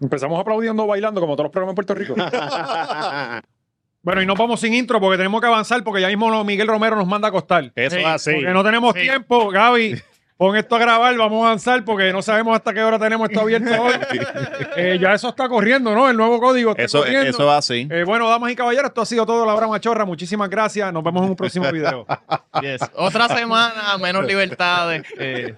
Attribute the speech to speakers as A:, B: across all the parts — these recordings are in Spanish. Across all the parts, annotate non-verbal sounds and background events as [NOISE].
A: Empezamos aplaudiendo, bailando, como todos los programas en Puerto
B: [LAUGHS]
A: Rico. bueno, y nos vamos sin intro porque tenemos que avanzar porque ya mismo Miguel Romero nos manda a acostar.
B: Eso es así.
A: Porque no tenemos
B: Sí.
A: tiempo, Gaby. Pon esto a grabar, vamos a avanzar porque no sabemos hasta qué hora tenemos esto abierto
B: [LAUGHS]
A: hoy. Eh, ya eso está corriendo, ¿no? El nuevo código está
C: Eso,
A: corriendo.
C: eso es así.
A: Eh, bueno, damas y caballeros, esto ha sido todo. La hora machorra, muchísimas gracias. Nos vemos en un próximo
B: [LAUGHS]
A: video.
B: Yes. Otra semana, [LAUGHS] menos libertades, eh,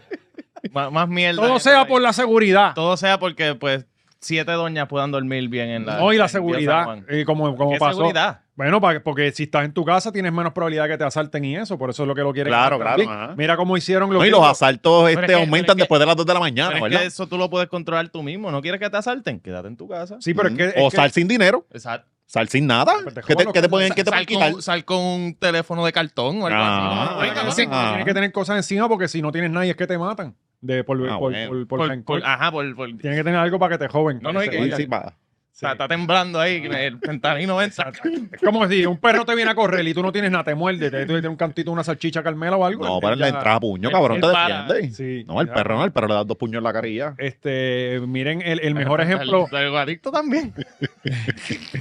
B: más, más mierda.
A: todo sea por la seguridad.
B: Todo sea porque, pues, siete doñas puedan dormir bien en la.
A: No, y la
B: en San
A: seguridad,
B: Juan.
A: eh, como, como
B: ¿Qué
A: pasó.
B: seguridad?
A: Bueno, pa- porque si estás en tu casa tienes menos probabilidad de que te asalten y eso, por eso es lo que lo quieren.
C: Claro,
A: hacer
C: claro,
A: también.
C: ajá.
A: Mira cómo hicieron los
C: No, y los asaltos
B: Pero
C: este
B: es que- pero
C: aumentan
B: es que-
C: después de las 2 de la mañana,
B: Pero es
C: ¿verdad?
B: que eso tú lo puedes controlar tú mismo. ¿No quieres que te asalten? Quédate en tu casa.
A: Sí, pero es que,
C: o
A: es que-
C: sal sin dinero,
B: Exacto.
C: sal sin nada.
A: Pero te
C: ¿Qué te,
A: jodo,
C: qué te
A: ¿cómo?
C: pueden,
A: Sal-
C: qué te
B: Sal
C: pueden quitar?
B: con, sal con un teléfono de cartón o algo
C: Ah,
B: así.
A: Venga,
B: Venga,
A: no
B: no
A: sé,
B: sé.
C: ah.
A: tienes que tener cosas encima porque si no tienes nadie es que te matan. De, por,
C: Ah,
A: por-
C: bueno.
A: por- por
B: Por-
A: rencor.
B: por- Ajá, por. por-
A: Tienes que tener algo para que te joven.
B: No, no, y
A: Ese-
B: que-
C: Sí, sí, va.
B: está- Está temblando ahí, el pentanino entra.
A: [LAUGHS] Es como si un perro te viene a correr y tú no tienes nada, te muerde, te, te, te un cantito, una salchicha carmela o algo.
C: No, pero le
A: Ya-
C: entras a puño,
B: el-
C: cabrón,
B: el
C: te
B: para-
C: defiendes.
A: Sí,
C: No, el
A: ya.
C: perro no, el perro le das dos puños en la carilla.
A: Este, miren, el, el mejor ejemplo,
B: El, el
A: [LAUGHS]
B: adicto también.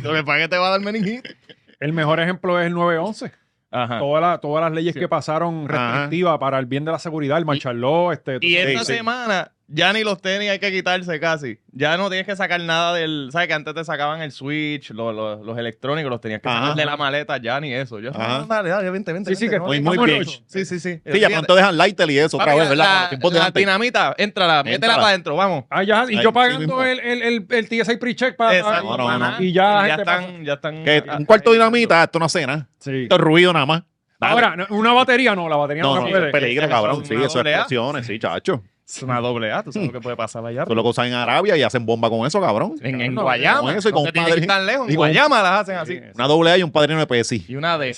B: lo que pague te va a dar meningitis.
A: el mejor ejemplo es el 911.
B: Ajá.
A: Todas las, todas las leyes que pasaron
C: Ajá.
A: restrictivas para el bien de la seguridad, el marcharlo, este.
B: Y
A: todo-
B: esta
C: sí.
B: semana ya ni los tenis hay que quitarse casi. Ya no tienes que sacar nada del. ¿Sabes que antes te sacaban el Switch, lo- lo- los electrónicos, los tenías que
C: Ajá.
B: sacar de la maleta ya ni eso. Yo,
C: Ajá.
B: no, dale, dale, vente, vente.
A: Sí, sí,
B: vente,
A: que
B: no,
C: muy,
B: no,
C: muy
B: no,
C: bien.
B: no. Sí, sí, sí.
C: Sí, ya pronto dejan lighter y eso otra
B: Papi,
C: vez, ¿verdad? Como
B: La,
C: los tiempos de
B: la
C: antes.
B: dinamita, éntrala, métela
C: Éntrala.
B: para adentro, vamos.
A: Ah, ya, y
C: Ahí,
A: yo
C: sí
A: pagando
C: mismo.
A: el, el, el, el TSA pre-check para.
C: no,
B: Exacto.
C: no, no.
A: Y ya este, la gente
B: están, ya están.
C: Que
B: ah,
C: un cuarto
B: ahí,
C: de dinamita, esto no hace nada.
A: Sí.
C: Esto es ruido nada más. Dale.
A: Ahora, no, una batería no, la batería no,
C: no,
A: se
C: no, eso
A: puede.
C: es peligro,
B: Eso es
C: cabrón.
B: una
C: Sí, eso es
B: doble A.
C: explosiones, sí, chacho.
B: Es una doble A, tú sabes lo que puede pasar allá.
C: Eso es lo que usan en Arabia y hacen bomba con eso, cabrón.
B: En, en
A: No,
B: Guayama.
C: con eso y
B: no
C: con
B: te
C: padre-
B: tienen que ir tan lejos. En
C: y con-
B: Guayama las hacen así.
A: Sí,
C: Una doble A y un padrino de PSI.
B: Y una de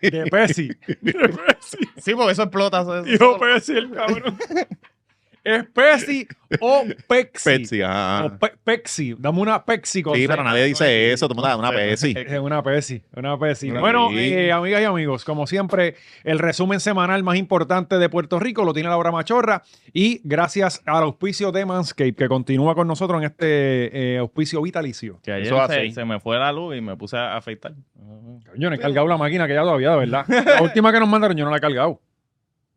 A: De
C: [LAUGHS]
A: Pepsi. De Pepsi.
B: Sí, porque eso explota. Eso, eso-
A: Dijo Pepsi el cabrón. ¿Es Pepsi o Pepsi?
C: PSI, ajá.
A: O Pe- Pepsi. Dame una Pepsi con
C: ah. Sí,
A: C.
C: pero nadie dice eso. Tú me das una
B: Sí.
C: PSI.
A: Es una Pepsi, una Pepsi.
C: Una
A: Bueno,
C: Pepsi.
A: eh, amigas y amigos, como siempre, el resumen semanal más importante de Puerto Rico lo tiene Laura Machorra y gracias al auspicio de Manscape que continúa con nosotros en este eh, auspicio vitalicio.
B: Que ayer
C: Eso es
B: se,
C: así.
B: se me fue la luz y me puse a afeitar.
A: Yo no he cargado la máquina que ya todavía, de verdad. La última que nos mandaron yo no la he cargado.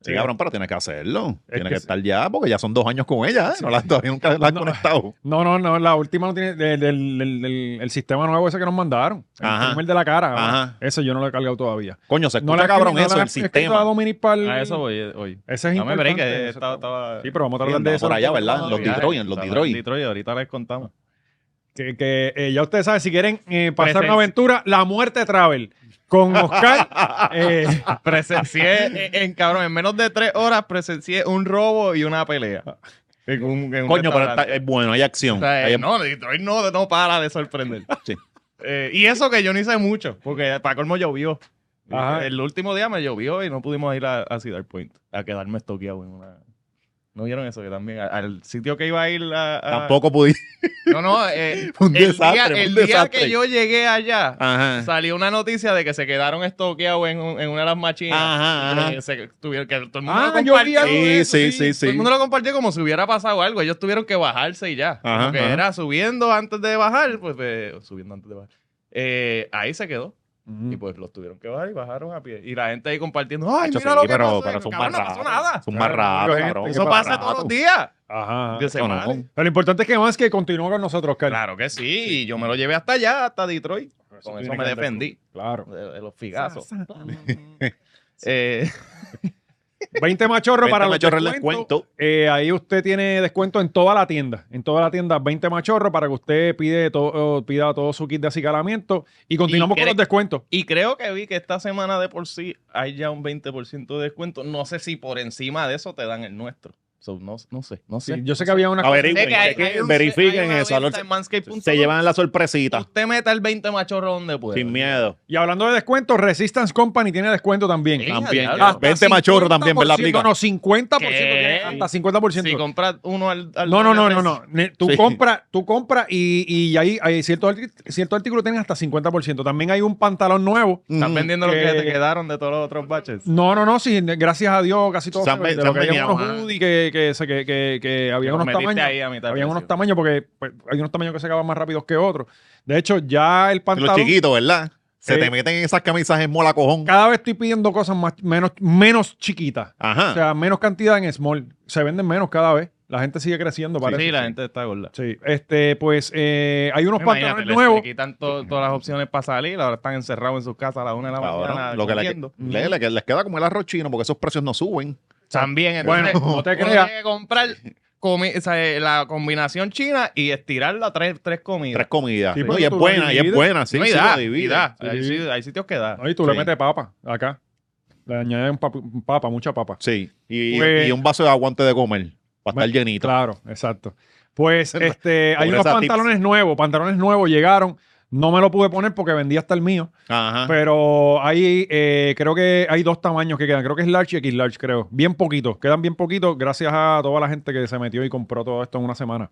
C: Sí, cabrón, pero tienes que hacerlo.
A: Es
C: Tienes
A: que
C: que
A: sí.
C: estar ya, porque ya son dos años con ella. ¿eh? No la, todavía nunca la has
A: No.
C: conectado.
A: No, no, no, la última no tiene del, del- del- del- el sistema nuevo ese que nos mandaron. El
C: Ajá.
A: primer de la cara.
C: Ajá.
A: Eso yo no lo he cargado todavía.
C: Coño, se escucha
A: la he
C: cabrón
A: escrito-
C: eso,
A: no la
C: el
A: he escrito a
C: sistema.
A: Dominic pa'l-
B: A eso voy hoy.
A: Ese es
B: No me
A: importante.
B: break, eh,
A: eso
B: estaba,
A: está-
B: estaba...
A: Sí, pero vamos a
C: Sí,
A: hablar de
C: andaba
A: eso.
C: por allá, ¿verdad? Los
B: Viaje,
C: Detroit, los
B: estaba en
C: Detroit.
B: Detroit, ahorita les contamos.
A: Que, que, eh, ya ustedes saben, si quieren eh, pasar
B: Presencia.
A: una aventura, la muerte travel con
C: [LAUGHS]
A: Oscar. eh,
B: [LAUGHS] Presencié, en, en- cabrón, en menos de tres horas presencié un robo y una pelea. [LAUGHS] En un- en un
C: Coño, pero está-
B: restaurante.
C: es bueno, hay acción.
B: O sea,
C: Hay-
B: eh, no, Detroit no, no para de sorprender.
C: Sí.
B: Eh, y eso que yo no hice mucho, porque para colmo llovió.
A: Ajá.
B: El último día me llovió y no pudimos ir a, a Cedar Point a quedarme estoqueado en una. ¿No vieron eso? Que también a- al sitio que iba a ir a. a-
C: Tampoco pudiste.
B: No, no. eh,
C: Fue [LAUGHS] un
B: el
C: desastre,
B: día,
C: fue
B: el
C: un
B: día
C: desastre.
B: que yo llegué allá,
C: Ajá.
B: salió una noticia de que se quedaron estoqueados en, un- en una de las machinas.
C: Ajá, ajá.
B: Eh, se tuvieron que todo el mundo
A: ah,
B: lo
A: yo vi
B: compartió.
A: algo de eso,
C: Sí, sí, sí,
B: Todo
C: sí.
B: el mundo lo compartió como si hubiera pasado algo. Ellos tuvieron que bajarse y ya.
C: Ajá,
B: Porque
C: ajá.
B: era subiendo antes de bajar, pues eh, subiendo antes de bajar. Eh, ahí se quedó.
A: Mm.
B: Y pues los tuvieron que bajar y bajaron a pie. Y la gente ahí compartiendo. ¡Ay,
C: Chacho,
B: mira
C: sí,
B: lo que
C: pero-
B: pasó!
C: pero
B: Y,
C: son
B: cabrón,
C: más
B: no pasó
C: raros.
B: nada.
C: Son más raros,
A: gente,
C: cabrón.
A: eso
B: Eso
C: qué
B: pasa
C: barato.
B: todos los días.
A: Ajá.
B: De semana.
C: Ah, No, no.
A: Pero lo importante es que más que continúa con nosotros, Oscar.
B: Claro que sí. Y yo me lo llevé hasta allá, hasta Detroit. Con
A: tiene
B: eso
A: que
B: me
A: andar
B: defendí
A: Claro.
B: de, de los figazos. [LAUGHS] Eh,
A: 20 machorros
C: 20
A: para
C: machorros
A: los
C: les
A: descuentos.
C: cuento.
A: Eh, ahí usted tiene descuento en toda la tienda. En toda la tienda, 20 machorros para que usted pide todo, pida todo su kit de acicalamiento. Y continuamos con
B: quiere-
A: los descuentos.
B: Y creo que vi que esta semana de por sí hay ya un 20% de descuento. No sé si por encima de eso te dan el nuestro. So, no, no sé, no sé.
A: Sí, yo sé que había una cosa-
C: Averigua.
B: Sé que hay-
C: que
B: hay un-
C: verifiquen
B: hay una
C: eso,
B: venta en manscaped.com.
C: Se llevan la sorpresita.
B: Usted meta el 20 machorro donde pueda.
C: Sin miedo.
A: Y hablando de descuentos, Resistance Company tiene descuento también.
B: Sí,
C: También.
B: diablo.
C: Ah, 20 machorro también, ¿verdad? Aplica.
A: No, 50%.
B: ¿Qué?
A: tiene Hasta 50%.
B: Si compras uno al, al
A: No, no, no,
B: doble
A: no,
B: precio.
A: no. Ne- Tú
C: Sí.
A: compras tú compra y, y ahí hay cierto, arti- cierto artículo tienen hasta 50%. También hay un pantalón nuevo.
B: Están
C: Ujú.
B: vendiendo los que
A: Que-
B: te quedaron de todos los otros baches.
A: No, no, no, sí, gracias a Dios, casi todo.
C: Se han
A: se
C: ve-
A: vende.
C: se
A: Lo
C: han
A: que había
C: venido,
A: unos
C: ajá.
A: hoodie que, que, se- que, que, que había
B: Los
A: unos
B: metiste
A: tamaños.
B: ahí a mitad de
A: Había unos
B: precio.
A: tamaños porque pues, hay unos tamaños que se acaban más rápidos que otros. De hecho, ya el
C: Los
A: pantalón.
C: chiquitos, ¿verdad? Se
A: Sí.
C: te meten en esas camisas en mola cojón.
A: Cada vez estoy pidiendo cosas más, menos, menos chiquitas.
C: Ajá.
A: O sea, menos cantidad en small. Se venden menos cada vez. La gente sigue creciendo,
B: Sí,
A: parece.
B: la gente está gorda.
A: Sí, este, pues eh, hay unos
B: Imagínate,
A: pantalones
B: les-
A: nuevos.
B: le quitan to- todas las opciones para salir, ahora están encerrados en sus casas a las 1 de la
C: Cabrón,
B: mañana.
C: lo que le,
B: comiendo.
C: le- le- que les queda como el arroz chino porque esos precios no suben.
B: También,
A: Bueno,
B: entonces,
A: no te
B: uno
A: creas.
B: tiene que comprar comi- o sea, eh, la combinación china y estirarla a tres, tres comidas.
C: Tres comidas.
A: Sí,
C: No,
A: porque
C: y es
A: tú lo
C: buena, y es
A: divides.
C: buena. Sí,
B: No, y
C: sí,
B: da,
C: lo
B: y
C: divide.
B: da.
A: Sí.
B: Hay, sit- hay sitios que da.
A: No, y tú
C: Sí.
A: le metes papa acá. Le añaden papu- papa, mucha papa.
C: Sí. Y,
A: Pues-
C: y un vaso de aguante de comer para estar llenito.
A: Claro, exacto. Pues este, hay
C: Pobreza
A: unos
C: tips.
A: pantalones nuevos, pantalones nuevos llegaron. No me lo pude poner porque vendí hasta el mío.
C: Ajá.
A: Pues, Pero hay, eh, creo que hay dos tamaños que quedan. Creo que es large y X large, creo. Bien poquitos. Quedan bien poquitos gracias a toda la gente que se metió y compró todo esto en una semana.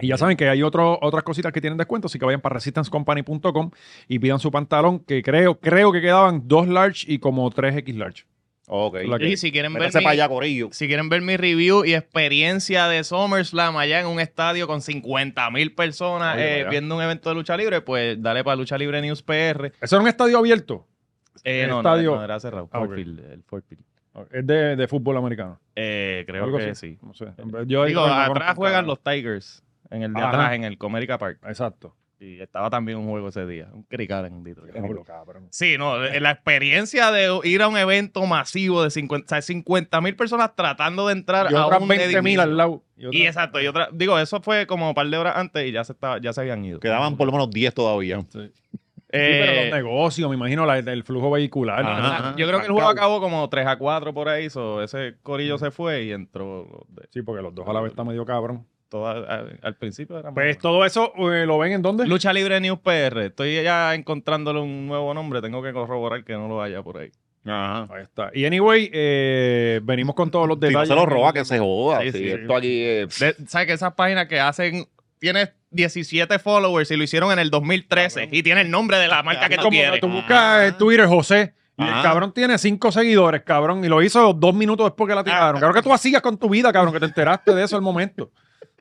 A: Y ya saben que hay otro- otras cositas que tienen descuento, así que vayan para resistancecompany.com y pidan su pantalón, que creo, creo que quedaban dos large y como tres X large.
C: ok.
A: La que-
B: Y si quieren, ver
C: Métanse
B: mi,
C: para allá, Corillo.
B: si quieren ver mi review y experiencia de SummerSlam allá en un estadio con 50 mil personas
C: Oye,
B: eh,
C: vaya.
B: viendo un evento de lucha libre, pues dale para Lucha Libre News PR.
A: Eso era un estadio abierto.
B: Eh,
A: El
B: no, no,
A: estadio-
B: no, era cerrado.
A: Ah, ok.
B: Fort Field, el Fort Field.
A: Es de, de fútbol americano.
B: Eh, creo
A: Algo
B: que
A: así.
B: sí.
A: No sé. Yo ahí
B: Digo,
A: no conozco
B: atrás
A: nada.
B: juegan los Tigers. En el de
A: Ajá.
B: atrás, en el Comerica Park.
A: Exacto.
B: Y estaba también un juego ese día. Un crical en Detroit.
A: Diablo, cabrón.
B: Sí, no, de- la experiencia de ir a un evento masivo de 50 mil personas tratando de entrar
A: Y
B: a
A: otras
B: un
A: 20 mil
B: edificio.
A: al lado.
B: Y exacto, y otra, digo, eso fue como un par de horas antes y ya se, estaba, ya se habían ido.
C: Quedaban por lo menos 10 todavía.
A: Sí, pero
B: Eh, ah,
A: los negocios, me imagino, la- el flujo vehicular.
C: Ajá.
A: ¿no?
B: yo creo que el juego acabó como 3 a 4 por ahí, so, ese corillo se fue y entró los de-
A: Sí, porque los dos a la vez está medio cabrón.
B: toda- al, al principio. Eran
A: Pues todo eso eh, lo ven en
B: [LAUGHS]
A: dónde?
B: Lucha Libre News PR, estoy ya encontrándole un nuevo nombre, tengo que corroborar que no lo haya por ahí.
C: Ajá.
A: Ahí está. Y anyway, eh, venimos con todos los
C: Si no
A: detalles.
C: se lo roba, que se joda.
B: Sí,
C: Sí,
B: sí.
C: Esto aquí es...
B: De- ¿Sabes que esas páginas que hacen... Tienes 17 followers y lo hicieron en el 2013 y tiene el nombre de la marca que tú Ah.
A: Como
B: quieres.
A: tú buscas en Twitter José. Y el
C: Ajá.
A: cabrón tiene cinco seguidores, cabrón. Y lo hizo dos minutos después que la tiraron. Claro que tú hacías con tu vida, cabrón, que te enteraste de eso al momento.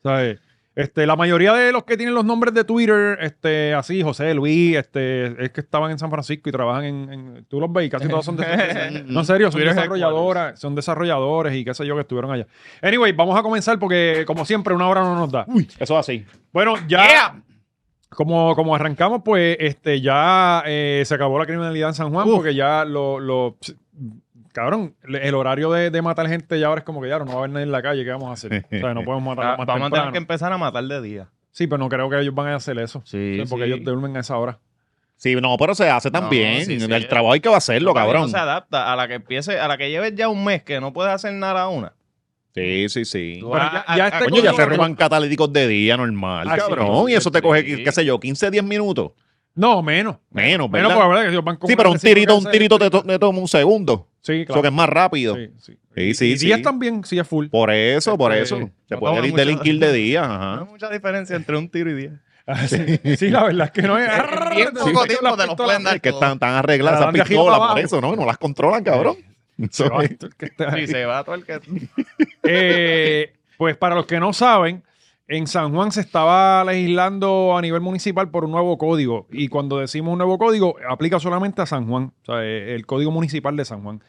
A: ¿Sabes? Este, la mayoría de los que tienen los nombres de Twitter, este, así, José, Luis, este, es que estaban en San Francisco y trabajan en, en- tú los ves y casi todos
B: [LAUGHS]
A: son de San Francisco. No, en serio, son
B: Twitter
A: desarrolladoras, son desarrolladores y qué sé yo que estuvieron allá. Anyway, vamos a comenzar porque, como siempre, una hora no nos da.
C: Eso es así.
A: Bueno, ya. Como, como arrancamos, pues este, ya eh, se acabó la criminalidad en San Juan porque ya lo, lo- ps- Cabrón, le- el horario de, de matar gente ya ahora es como que ya no va a haber nadie en la calle, ¿qué vamos a hacer? O sea, no podemos matar
B: Ah,
A: más
B: Vamos a tener
A: temprano.
B: que empezar a matar de día.
A: Sí, pero no creo que ellos van a hacer eso.
B: Sí,
A: Sí, porque ellos duermen a esa hora.
C: Sí, no, pero se hace también.
B: sí, sí.
C: El trabajo hay que hacerlo,
B: No
C: cabrón.
B: se adapta a la que empiece, a la que lleves ya un mes que no puedes hacer nada a una.
C: Sí, sí, sí.
B: Tú
A: Pero
B: vas
A: ya-
B: a-
A: ya
B: a-
A: este
B: a-
C: Coño, ya se
A: Coño,
C: roban catalíticos de día normal,
A: Ah, sí,
C: cabrón. y eso te coge,
B: sí.
C: qué sé yo, 15, 10 minutos.
A: No, menos.
C: Menos, ¿verdad?
A: Menos porque ¿verdad? que ellos van con
C: sí, pero un
A: necesito
C: tirito,
A: que
C: un
A: hacer-
C: tirito te, to- te toma un segundo.
A: Sí,
C: Eso que es más rápido.
A: Sí, sí.
C: Sí, sí,
A: Y
C: sí.
A: días también, sí, es full.
C: Por eso, por
A: Este,
C: eso.
A: no
C: Te
B: toma
C: puedes
B: mucho-
C: delinquir de día,
B: No
C: ajá.
B: hay mucha diferencia entre un tiro y diez.
A: Ah, sí. [LAUGHS] Sí, la verdad es que no es.
B: Bien poco
A: [LAUGHS] Sí.
B: tiempo te lo pueden dar.
C: Es que están, están arregladas
A: Te la
C: esas
A: dan de arriba
C: pistolas,
A: para
C: por
A: abajo.
C: eso, ¿no? No las controlan, cabrón. [LAUGHS] Eso
A: Se va,
C: es.
A: tú, que estás
B: [LAUGHS] Sí, se va todo el que.
A: Eh, pues para los que no saben, en San Juan se estaba legislando a nivel municipal por un nuevo código. Y cuando decimos un nuevo código, aplica solamente a San Juan, o sea, eh, el código municipal de San Juan.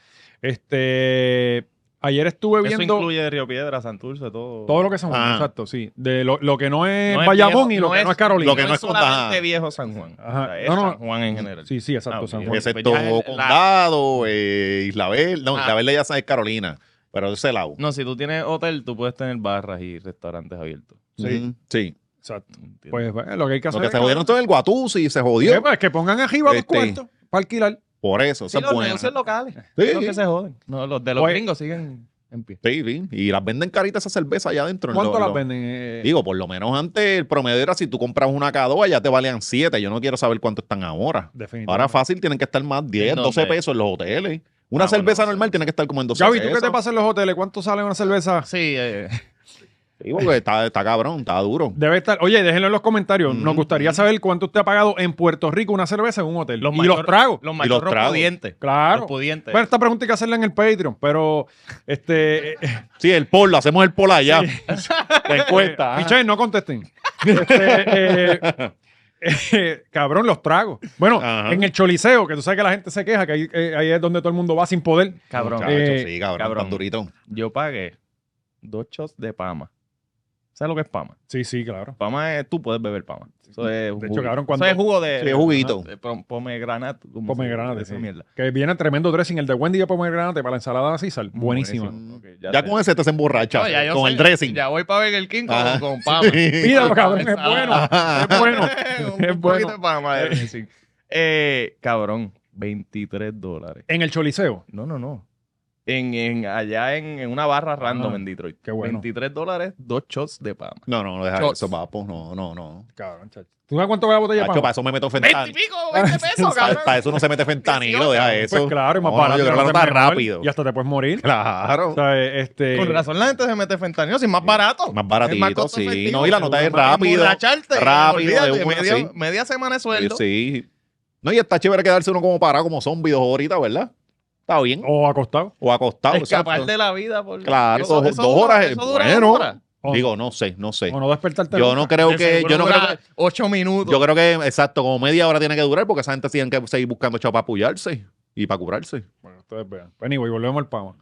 A: Este, ayer estuve
B: Eso
A: viendo
B: incluye Río Piedra, Santurce, todo.
A: todo lo que es San Juan,
C: Ah.
A: exacto, sí. De lo, lo que no es
B: No es
A: Bayamón
B: viejo,
A: y lo
B: no
A: que no
B: es-
A: es Carolina.
C: lo que no es Punta
B: solamente
C: Jana.
B: viejo San Juan.
A: Ajá.
B: O sea, es
A: No, no.
B: San Juan en general.
A: Sí, sí, exacto,
B: Ah,
A: San
B: ok.
A: Juan.
C: Excepto
B: pues ya el- la-
C: Condado, eh, Isla Verde. No,
B: Ah.
C: Isla Verde ya sabes Carolina. Pero de ese lado.
B: No, si tú tienes hotel, tú puedes tener barras y restaurantes abiertos.
A: sí.
C: Ujú, sí.
A: Exacto.
B: ¿Entiendes?
A: Pues bueno, lo que hay que
C: Lo
A: hacer
C: que
A: es
C: se jodieron todo el Guatusi y se
A: Eh,
C: jodió.
A: pues, que pongan arriba los
C: Este.
A: cuartos para alquilar.
C: Por eso,
B: Sí,
C: eso es
B: los
C: bueno.
B: negocios locales.
C: Sí.
B: Los que se joden. No, los de los
A: Oye.
B: gringos siguen. en pie.
C: Sí, sí. Y las venden caritas esa cerveza allá adentro. en
A: ¿Cuánto
C: lo-
A: las
C: lo-
A: venden? eh?
C: Digo, por lo menos antes el promedio era si tú compras una K2, ya te valían 7. Yo no quiero saber cuánto están ahora.
A: Definitivamente.
C: Ahora fácil tienen que estar más 10,
B: ¿En
C: 12
B: dónde?
C: pesos en los hoteles. Una
B: Ah, bueno,
C: cerveza
B: sí.
C: normal tiene que estar como en 12
A: Gaby, ¿tú
C: pesos.
A: qué te pasa en los hoteles? ¿Cuánto sale una cerveza?
B: Sí, eh,
C: Sí, porque está, está cabrón, está duro.
A: Debe estar. Oye, déjenlo en los comentarios. Nos
C: Ujú.
A: gustaría saber cuánto usted ha pagado en Puerto Rico una cerveza en un hotel.
B: Los
A: y
B: mayor-
A: los tragos.
B: los
C: Y los
B: machorros
C: tragos.
B: pudientes.
A: claro.
B: Los pudientes.
A: Bueno, esta pregunta hay que hacerla en el Patreon, pero este. eh, eh,
C: Sí, el polo, hacemos el polo
B: [LAUGHS]
C: allá. [LAUGHS] La encuesta. ajá.
A: Michelle, no contesten. [LAUGHS] Este, eh, eh, cabrón, los tragos. Bueno,
C: Ajá.
A: en el Choliseo, que tú sabes que la gente se queja, que ahí, eh, ahí es donde todo el mundo va sin poder.
B: Cabrón.
C: Muchacho,
A: Eh,
C: sí, cabrón,
B: cabrón.
C: tan durito.
B: Yo pagué dos shots de pama. ¿Sabes lo que es pama?
A: Sí, sí, claro.
B: Pama es tú puedes beber pama. Eso es jugo.
A: hecho, cabrón, cuando-
B: Eso es jugo de.
C: Sí, es juguito.
B: de pom- Pomegranate. como
A: Pomegranate,
B: se dice,
A: sí.
B: esa mierda.
A: Que viene tremendo dressing, el de Wendy de pomegranate para la ensalada de César. Buenísima.
B: Buenísimo. Ok,
C: Ya,
B: sé.
C: con ese te se emborracha.
B: No, ya yo
C: con
B: sé,
C: el dressing. [LAUGHS]
B: Ya voy para Burger King
C: Ajá.
B: con, con pama.
A: Pídalo, cabrón, es bueno.
C: [LAUGHS]
A: Es bueno.
B: [LAUGHS] Un
A: Es
B: poquito de
A: bueno.
B: pama de Burger King. Eh, cabrón, 23 dólares.
A: En el Choliseo.
B: No, no, no. En, en, allá en, en una barra random
A: Ah,
B: en Detroit.
A: qué bueno.
B: 23 dólares, dos shots de pama.
C: No, no, no, deja
B: Shots.
C: eso, papo. No, no, no.
A: Cabrón, chacho. ¿Tú sabes cuánto va la botella?
C: Hacho,
A: Pablo?
C: para eso me meto
B: ¡20 y
C: fentanilo.
B: pico! ¡20 pesos,
C: Para,
B: cabrón!
C: para eso no se mete fentanilo, deja eso.
A: Pues claro, y más
C: No,
A: barato.
C: Yo creo
A: no
C: que
A: te
C: no tan
A: puedes morir.
C: rápido.
A: Y hasta te puedes morir.
C: Claro.
A: O sea, eh, este,
B: Con razón la gente se mete fentanilo, si es más barato.
C: Más baratito,
B: Es más costo
C: sí.
B: efectivo.
C: No, y la nota es
B: Más
C: rápido,
B: emborracharte,
C: rápido, de
B: olvídate,
C: una,
B: media,
C: sí.
B: media semana de
A: pues,
B: sueldo.
C: Sí. No, y está chévere quedarse uno como parado, como zombie dos horitas, ¿verdad? Está bien.
A: O acostado.
C: O acostado.
B: Escapar
C: Ah, exacto.
B: de la vida. Por...
C: Claro, dos- dos
B: dura-
C: horas,
B: Eso dura
C: bueno.
B: dos horas.
A: O,
C: Digo, no sé, no sé.
A: o no despertarte.
C: Yo
A: nunca.
C: no creo que. Yo no creo que.
B: Ocho minutos.
C: Yo creo que, exacto, como media hora tiene que durar porque esa gente tiene que seguir buscando chavo para apoyarse y para curarse.
A: Bueno, ustedes vean. Pues anyway, volvemos al pavo.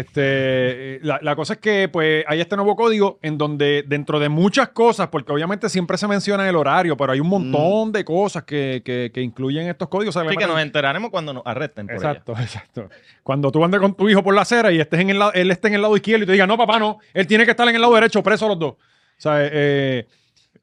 A: Este, eh, la, la cosa es que pues hay este nuevo código en donde dentro de muchas cosas, porque obviamente siempre se menciona el horario, pero hay un montón
C: Mm.
A: de cosas que, que- que incluyen estos códigos. O sea,
B: Así
A: le
B: que
A: meten-
B: nos enteraremos cuando nos arresten por ella.
A: Exacto, [LAUGHS] exacto. Cuando tú andes con tu hijo por la acera y estés en el lado, él esté en el lado izquierdo y te diga, no, papá, no, él tiene que estar en el lado derecho, preso los dos. O sea, eh,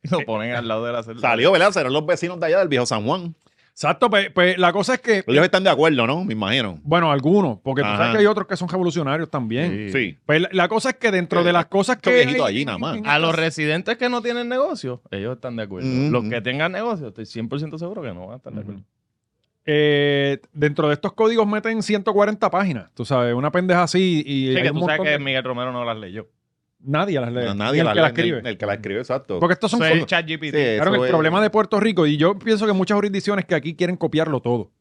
B: Y Lo ponen al lado de la celda.
C: Salió, ¿verdad? Serán los vecinos de allá del viejo San Juan.
A: exacto, pues, pues, la cosa es que,
C: Ellos están de acuerdo, ¿no? Me imagino.
A: bueno, algunos, porque tú
C: Ajá.
A: sabes que hay otros que son revolucionarios también.
B: Sí.
C: Sí.
A: Pues la, la cosa es que dentro de las cosas que.
C: Estos viejitos
A: hay-
C: allí nada más.
B: A los residentes que no tienen negocio, ellos están de acuerdo.
C: Ujú.
B: Los que tengan negocio, estoy 100% seguro que no van a estar de acuerdo.
A: Eh, dentro de estos códigos meten 140 páginas, tú sabes, una pendeja así y
B: Sí,
A: hay
B: que
A: un
B: tú sabes
A: montón
B: que
A: de-
B: Miguel Romero no las leyó.
A: nadie las lee,
C: No,
A: ni
C: nadie
A: el
C: la
A: que las
C: lee, ni
A: escribe.
C: El, el que la escribe, exacto.
A: Porque estos son
B: Eso es el
A: cosas-
B: chat GPT.
C: Sí,
A: claro,
C: eso
A: el
C: es-
A: problema de Puerto Rico y yo pienso que muchas jurisdicciones que aquí quieren copiarlo todo.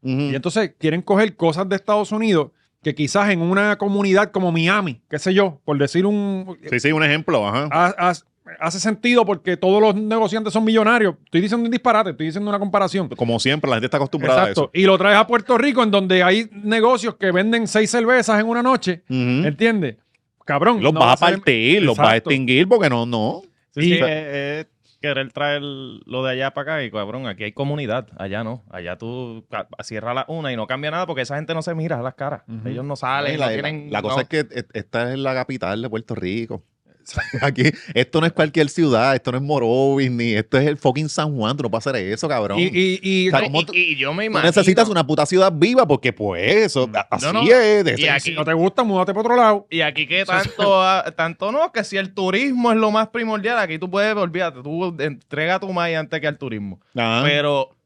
C: Ujú.
A: Y entonces quieren coger cosas de Estados Unidos que quizás en una comunidad como Miami, qué sé yo, por decir un
C: Sí, sí, un ejemplo, ajá.
A: ha- ha- hace sentido porque todos los negociantes son millonarios. Estoy diciendo un disparate, estoy diciendo una comparación.
C: Como siempre, la gente está acostumbrada
A: Exacto. Y lo traes a Puerto Rico, en donde hay negocios que venden seis cervezas en una noche.
C: a eso. Ujú.
A: ¿Entiendes? Cabrón.
C: ¿Mm? Los
A: no va
C: vas a
A: ser-
C: partir, los vas a
A: Exacto.
C: extinguir porque no, no.
B: Sí,
A: Y-
B: sí, es- es querer traer lo de allá para acá y cabrón, aquí hay comunidad, allá no, allá tú ca- cierra la una y no cambia nada porque esa gente no se mira a las caras,
A: Ujú.
B: ellos no salen,
C: Ay,
B: no
C: la,
B: tienen,
C: la cosa
B: no.
C: es que e- esta es la capital de Puerto Rico. [LAUGHS] Aquí, esto no es cualquier ciudad, esto no es Morovis, ni esto es el fucking San Juan, tú no puedes hacer eso, cabrón.
A: Y, y- y-
C: O sea,
B: No,
C: ¿cómo
B: y-
C: tú-
B: y, y yo me
C: Tú
B: imagino.
C: necesitas una puta ciudad viva porque pues eso, a- así
B: no.
C: es. de-
B: Y aquí-
A: si no te gusta, múdate para otro lado.
B: Y aquí que tanto, ah, tanto no, que si el turismo es lo más primordial, aquí tú puedes, olvídate, tú entrega tu maíz antes que al turismo.
C: Ajá.
B: Pero,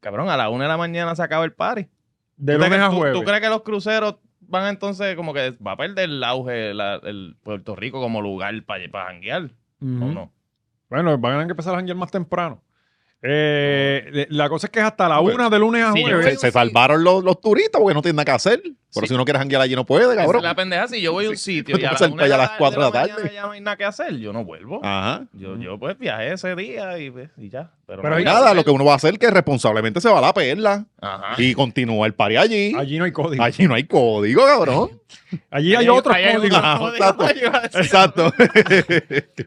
B: cabrón, a la una de la mañana se acaba el party.
A: De
B: ¿Tú
A: lunes
B: crees-
A: a
B: tú-
A: jueves.
B: ¿Tú crees que los cruceros van entonces como que va a perder el auge la- el Puerto Rico como lugar para janguear?
A: Ujú.
B: ¿O no?
A: Bueno, van a tener que empezar a janguear más temprano. Eh, le- la cosa es que es hasta la
C: Bueno,
A: una de lunes a
B: sí, yo
A: jueves.
C: se, se salvaron los, los turistas porque no tienen nada que hacer. Pero si uno quiere janguear allí no puede,
B: Esa
C: cabrón.
B: es la pendeja, si yo voy a un sitio y a,
C: Entonces,
B: la una de
C: ya a
B: la-
C: las cuatro de la
B: mañana
C: tarde. Ah.
B: ya no hay nada que hacer, yo no vuelvo.
C: Ajá.
B: Yo, yo pues viajé ese día y, pues, y ya. Pero,
A: Pero
B: no
A: hay-
B: voy a
C: Nada,
B: hacer.
C: lo que uno va a hacer es que responsablemente se va a la perla
B: Ajá.
C: y continúa el party allí. Allí,
A: Allí no hay código. Allí,
C: no hay código,
A: [LAUGHS]
C: cabrón.
A: hay, otros
B: ahí hay
A: códigos.
B: otros [LAUGHS]
C: Ajá, exacto.
B: códigos, yo iba a decir.
C: Exacto.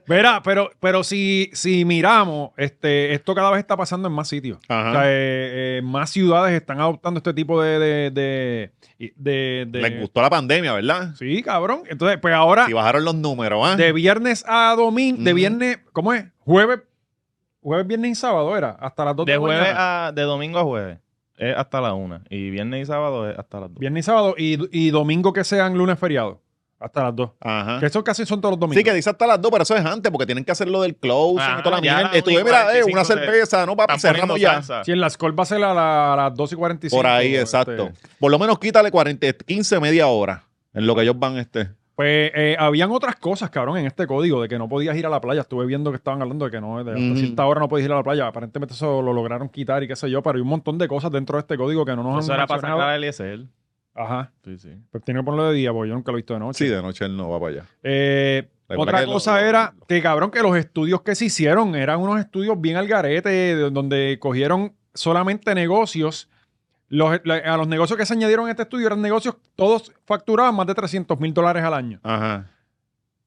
A: Verá, pero, pero si, si miramos, este, esto cada vez está pasando en más sitios.
C: [LAUGHS] Ajá.
A: O sea, eh, eh, más ciudades están adoptando este tipo de... de, de, de- de-
C: Les gustó la pandemia, ¿verdad?
A: Sí, cabrón. Entonces, pues ahora,
C: Y bajaron los números, ¿ah?
A: de viernes a domingo, de
C: Ujú.
A: viernes, ¿cómo es? Jueves, jueves, viernes y sábado era, hasta las 2 de,
B: De
A: la
B: jueves
A: mañana.
B: a, de domingo a jueves es hasta la una y viernes y sábado es hasta las dos.
A: Viernes y sábado y, y domingo que sean lunes feriado. Hasta las 2.
C: Ajá.
A: Que eso casi son todos los domingos.
C: Ah. Sí, que dice hasta las 2, pero eso es antes, porque tienen que hacer lo del close
B: Ajá,
C: y toda la
B: ya a
C: mierda.
B: las
C: Estuve,
B: 1 y
C: mira, eh, una
B: 45 se-
C: cerveza, no, papi,
B: Están poniendo
C: cerramos ya.
B: salsa.
A: Si en las call va a ser a, la- a las 2 y 45.
C: Por ahí, exacto.
A: este.
C: Por lo menos quítale 40, 15, media hora en lo que ellos van este.
A: Pues eh, habían otras cosas, cabrón, en este código de que no podías ir a la playa. Estuve viendo que estaban hablando de que no, de hasta
C: Ujú.
A: cierta hora no podías ir a la playa. Aparentemente eso lo lograron quitar y qué sé yo, pero hay un montón de cosas dentro de este código que no nos
B: Eso
A: han
B: era para
A: mencionado.
B: sacar al LSL.
A: Ajá.
B: Sí, sí.
A: Pero tiene que ponerlo de día, porque yo nunca lo he visto de noche.
C: Sí, de noche él no va para allá.
A: Eh,
C: Recuerda
A: otra
C: que lo-
A: cosa
C: lo-
A: era que, cabrón, que los estudios que se hicieron eran unos estudios bien al garete, de- donde cogieron solamente negocios. Los, la- a los negocios que se añadieron a este estudio eran negocios, todos facturaban más de 300 mil dólares al año.
C: Ajá.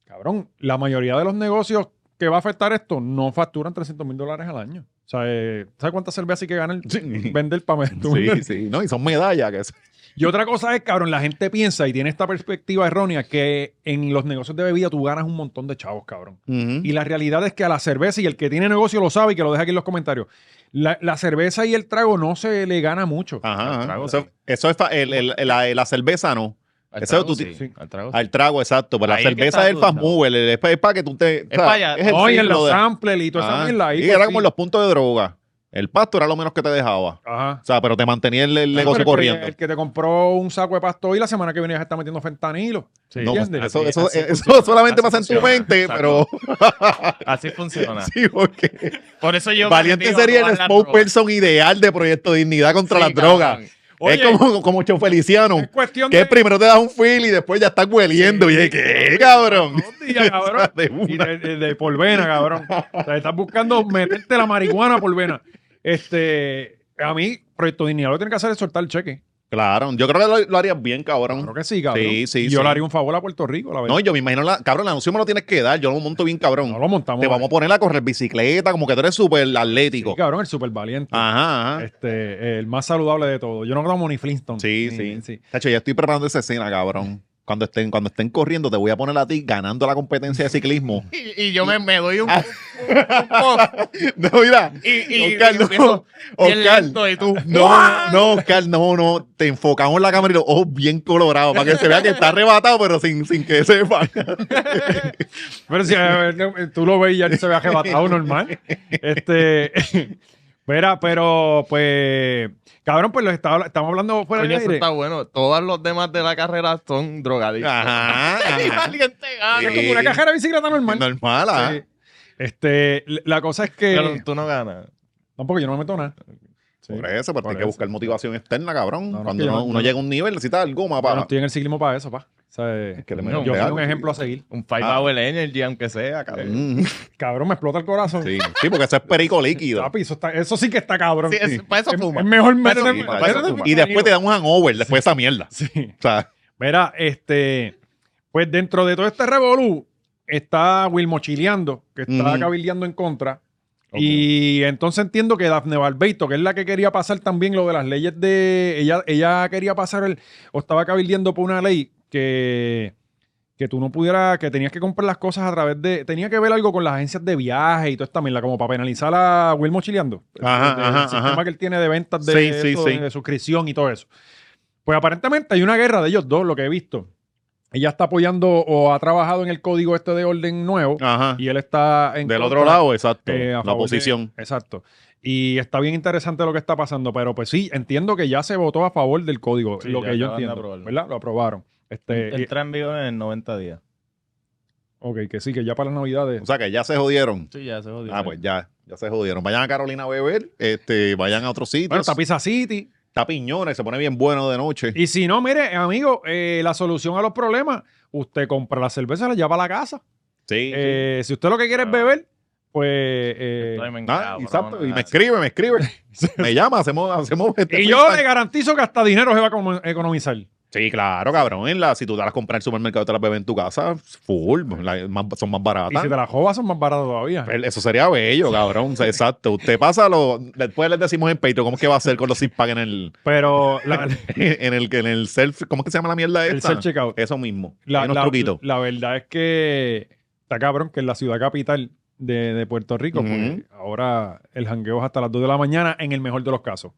A: Cabrón, la mayoría de los negocios que va a afectar esto no facturan 300 mil dólares al año. O sea, eh, ¿sabes cuántas cervezas sí que gana el,
C: [LAUGHS] Sí.
A: vende el pamel?
C: Sí, sí, no, y son medallas que es-
A: Y otra cosa es, cabrón, la gente piensa y tiene esta perspectiva errónea que en los negocios de bebida tú ganas un montón de chavos, cabrón. Y la realidad es que a la cerveza, y el que tiene negocio lo sabe y que lo deja aquí en los comentarios, la, la cerveza y el trago no se le gana mucho.
C: Ajá,
B: Al
C: ajá.
B: trago,
C: Eso, eso es fa- el- el- el- la, la cerveza, ¿no?
B: Al
C: Ese
B: trago,
C: tú
B: sí,
A: ti-
B: Al trago. sí.
C: Al trago, exacto. Pero la
B: Ahí es que
C: cerveza
B: está
C: es el
B: tu
C: fast
B: trago.
C: mover, el- es para que tú te. o sea,
B: para allá.
C: el
A: Oye, en
C: ciclo
A: los
C: de-
A: samples y toda esa
C: Ajá.
A: mierda ahí.
C: Y era
A: pues,
C: como
A: sí.
C: los puntos de droga. El pasto era lo menos que te dejaba.
A: Ajá.
C: O sea, pero te mantenía el, el
A: Ah,
C: negocio
A: pero el que-
C: corriendo.
A: El que te compró un saco de pasto y la semana que viene ya se está metiendo fentanilo.
B: Sí.
C: No,
A: ¿entiendes?
C: eso,
B: Así-
C: eso,
B: así
C: eso
B: funciona,
C: [LAUGHS] solamente
B: así
C: pasa en tu
B: funciona.
C: mente,
B: Exacto.
C: pero
B: Así funciona.
C: [LAUGHS] sí, porque
B: Por eso [LAUGHS] yo.
C: Valiente
B: digo,
C: sería
B: no
C: el
B: van las
C: smoke
B: drogas.
C: person ideal de Proyecto Dignidad contra
B: Sí,
C: las
B: cabrón.
C: drogas.
A: Oye,
C: es como, como Chon Feliciano,
A: es cuestión
C: que
A: de
C: primero te das un feel y después ya estás hueliendo.
A: Sí.
C: y es que, cabrón. [LAUGHS]
A: dos días, cabrón.
C: De
A: Y
C: una.
A: de, de- de por vena, cabrón. O sea, estás buscando meterte la marihuana por vena. Este, a mí, Proyecto Dignidad lo que tiene que hacer es soltar el cheque.
C: Claro, yo creo que lo, lo harías bien, cabrón.
A: Claro que sí, cabrón.
C: Sí, sí,
A: y yo
C: sí.
A: le haría un favor a Puerto Rico, la verdad.
C: No, yo me imagino, la, cabrón, el anuncio me lo tienes que dar. Yo lo monto bien, cabrón.
A: No lo montamos.
C: te vamos a poner a correr bicicleta, como que tú eres súper atlético.
A: Sí, cabrón, el super valiente.
C: Ah. ajá, ajá.
A: Este, el más saludable de todo. Yo no como ni Flintstone.
C: Sí,
A: Ni-
C: sí. Tacho, ya estoy preparando esa escena, cabrón. Cuando estén, cuando estén corriendo, te voy a poner a ti ganando la competencia de
A: [LAUGHS]
C: ciclismo.
B: Y, y yo me, me doy un.
C: Ah. no, mira.
B: y, y,
C: Oscar,
B: y
C: no.
B: empiezo bien
C: Oscar.
B: lento y tú.
C: No, no, Oscar, no, no. Te enfocamos la cámara y los ojos bien colorados para que se vea que está arrebatado, pero sin, sin que sepa.
A: Pero si eh, tú lo ves y ya se ve arrebatado normal. Este. [LAUGHS] Verá, pero pues. Cabrón, pues lo estaba- estamos hablando fuera
B: Coño,
A: del
B: eso
A: aire.
B: está bueno. Todos los demás de la carrera son drogadictos.
C: Ah,
A: [LAUGHS]
C: Ajá.
B: Y
C: ajá.
B: Valiente gana.
A: Es como una cajera de bicicleta normal.
C: Normal, ah.
A: Sí. Este, l- la cosa es que.
B: Pero tú no ganas.
A: Tampoco yo no me meto nada. Sí.
C: Por eso, pero
A: Por
C: hay que
A: eso.
C: buscar motivación externa, cabrón.
A: No, no,
C: Cuando
A: que yo
C: uno,
A: no-
C: uno llega a un nivel, necesita algo más
A: Yo
C: para.
A: no estoy en el ciclismo para eso, pa. O sea, eh,
C: que le
B: No,
C: metan
A: yo soy
C: pedal.
A: un ejemplo a seguir.
B: Un Five
C: Ah.
B: Hour Energy, aunque sea, cabrón.
C: Mm,
A: Cabrón, me explota el corazón.
C: [LAUGHS] Sí, sí, porque eso es perico líquido.
A: Papi, eso, está- eso sí que está cabrón.
B: Sí, es- para eso
A: Es-
B: fuma.
A: Es mejor
B: Para eso
A: meterme-
C: Sí,
B: fuma,
C: para eso
A: meterme
C: tú-
A: en
C: y
A: el
C: después te
A: camino.
C: dan un hangover después de esa mierda.
A: Sí.
C: O sea,
A: Mira, este. Pues dentro de todo este revolú está Wilmo chileando, que está
C: Ujú.
A: cabildeando en contra. Y entonces entiendo que Dafne Barbeito, que es la que quería pasar también lo de las leyes de. Ella, ella quería pasar el. O estaba cabildeando por una ley que. Que tú no pudieras. Que tenías que comprar las cosas a través de. Tenía que ver algo con las agencias de viaje y toda esta mierda, como para penalizar a Wilmo chileando.
C: Ajá,
A: El- el
C: Ah, ajá,
A: sistema
C: ajá.
A: que él tiene de ventas de,
C: Sí, sí,
A: eso,
C: sí.
A: de suscripción y todo eso. Pues aparentemente hay una guerra de ellos dos, lo que he visto. Ella está apoyando o ha trabajado en el código este de orden nuevo
C: Ajá.
A: y él está en
C: Ah, Del
A: contra,
C: otro lado, exacto.
A: eh, a
C: la
A: favor de-
C: oposición.
A: exacto. Y está bien interesante lo que está pasando, pero pues sí, entiendo que ya se votó a favor del código,
B: Sí,
A: lo
B: ya
A: que yo
B: acaban de
A: entiendo,
B: aprobarlo.
A: ¿verdad? Lo aprobaron. Este, y-
B: Entra en vigor en 90 días.
A: ok, que sí, que ya para las navidades.
C: O sea que ya se jodieron.
B: Sí, ya se jodió.
C: Ah, pues ya, ya se jodieron. Vayan a Carolina a beber, este, vayan a otro sitio.
A: Bueno, está Pizza City.
C: está piñones, se pone bien bueno de noche.
A: Y si no, mire, amigo, eh, la solución a los problemas, usted compra la cerveza, la lleva a la casa.
C: sí.
A: Eh, si usted lo que quiere es beber, pues... eh,
B: Estoy men-
C: Ah,
B: cabrón,
C: exacto. Y me
B: ah,
C: escribe,
A: [LAUGHS]
C: me escribe. me llama, hacemos, hacemos este
A: y yo le
C: freestyle.
A: garantizo que hasta dinero se va a econo- economizar.
C: Sí, claro, cabrón. En la, si tú te las compras en el supermercado, te las bebes en tu casa, full. la- más- son más
A: Y si
C: baratas.
A: te la jobas son más baratos todavía.
C: El- Eso sería bello, cabrón. O sea, Exacto. Usted pasa lo. Después les decimos en Patreon cómo es que va a hacer con los six pack en el,
A: Pero
C: [LAUGHS]
A: la-
C: en el, en el self. ¿Cómo es que se llama la mierda
A: el
C: esta?
A: self-checkout.
C: Eso mismo.
A: La,
C: Hay unos
A: la-
C: truquitos.
A: la verdad es que está cabrón que en la ciudad capital de, de Puerto Rico, porque ahora el jangueo es hasta las 2 de la mañana en el mejor de los casos.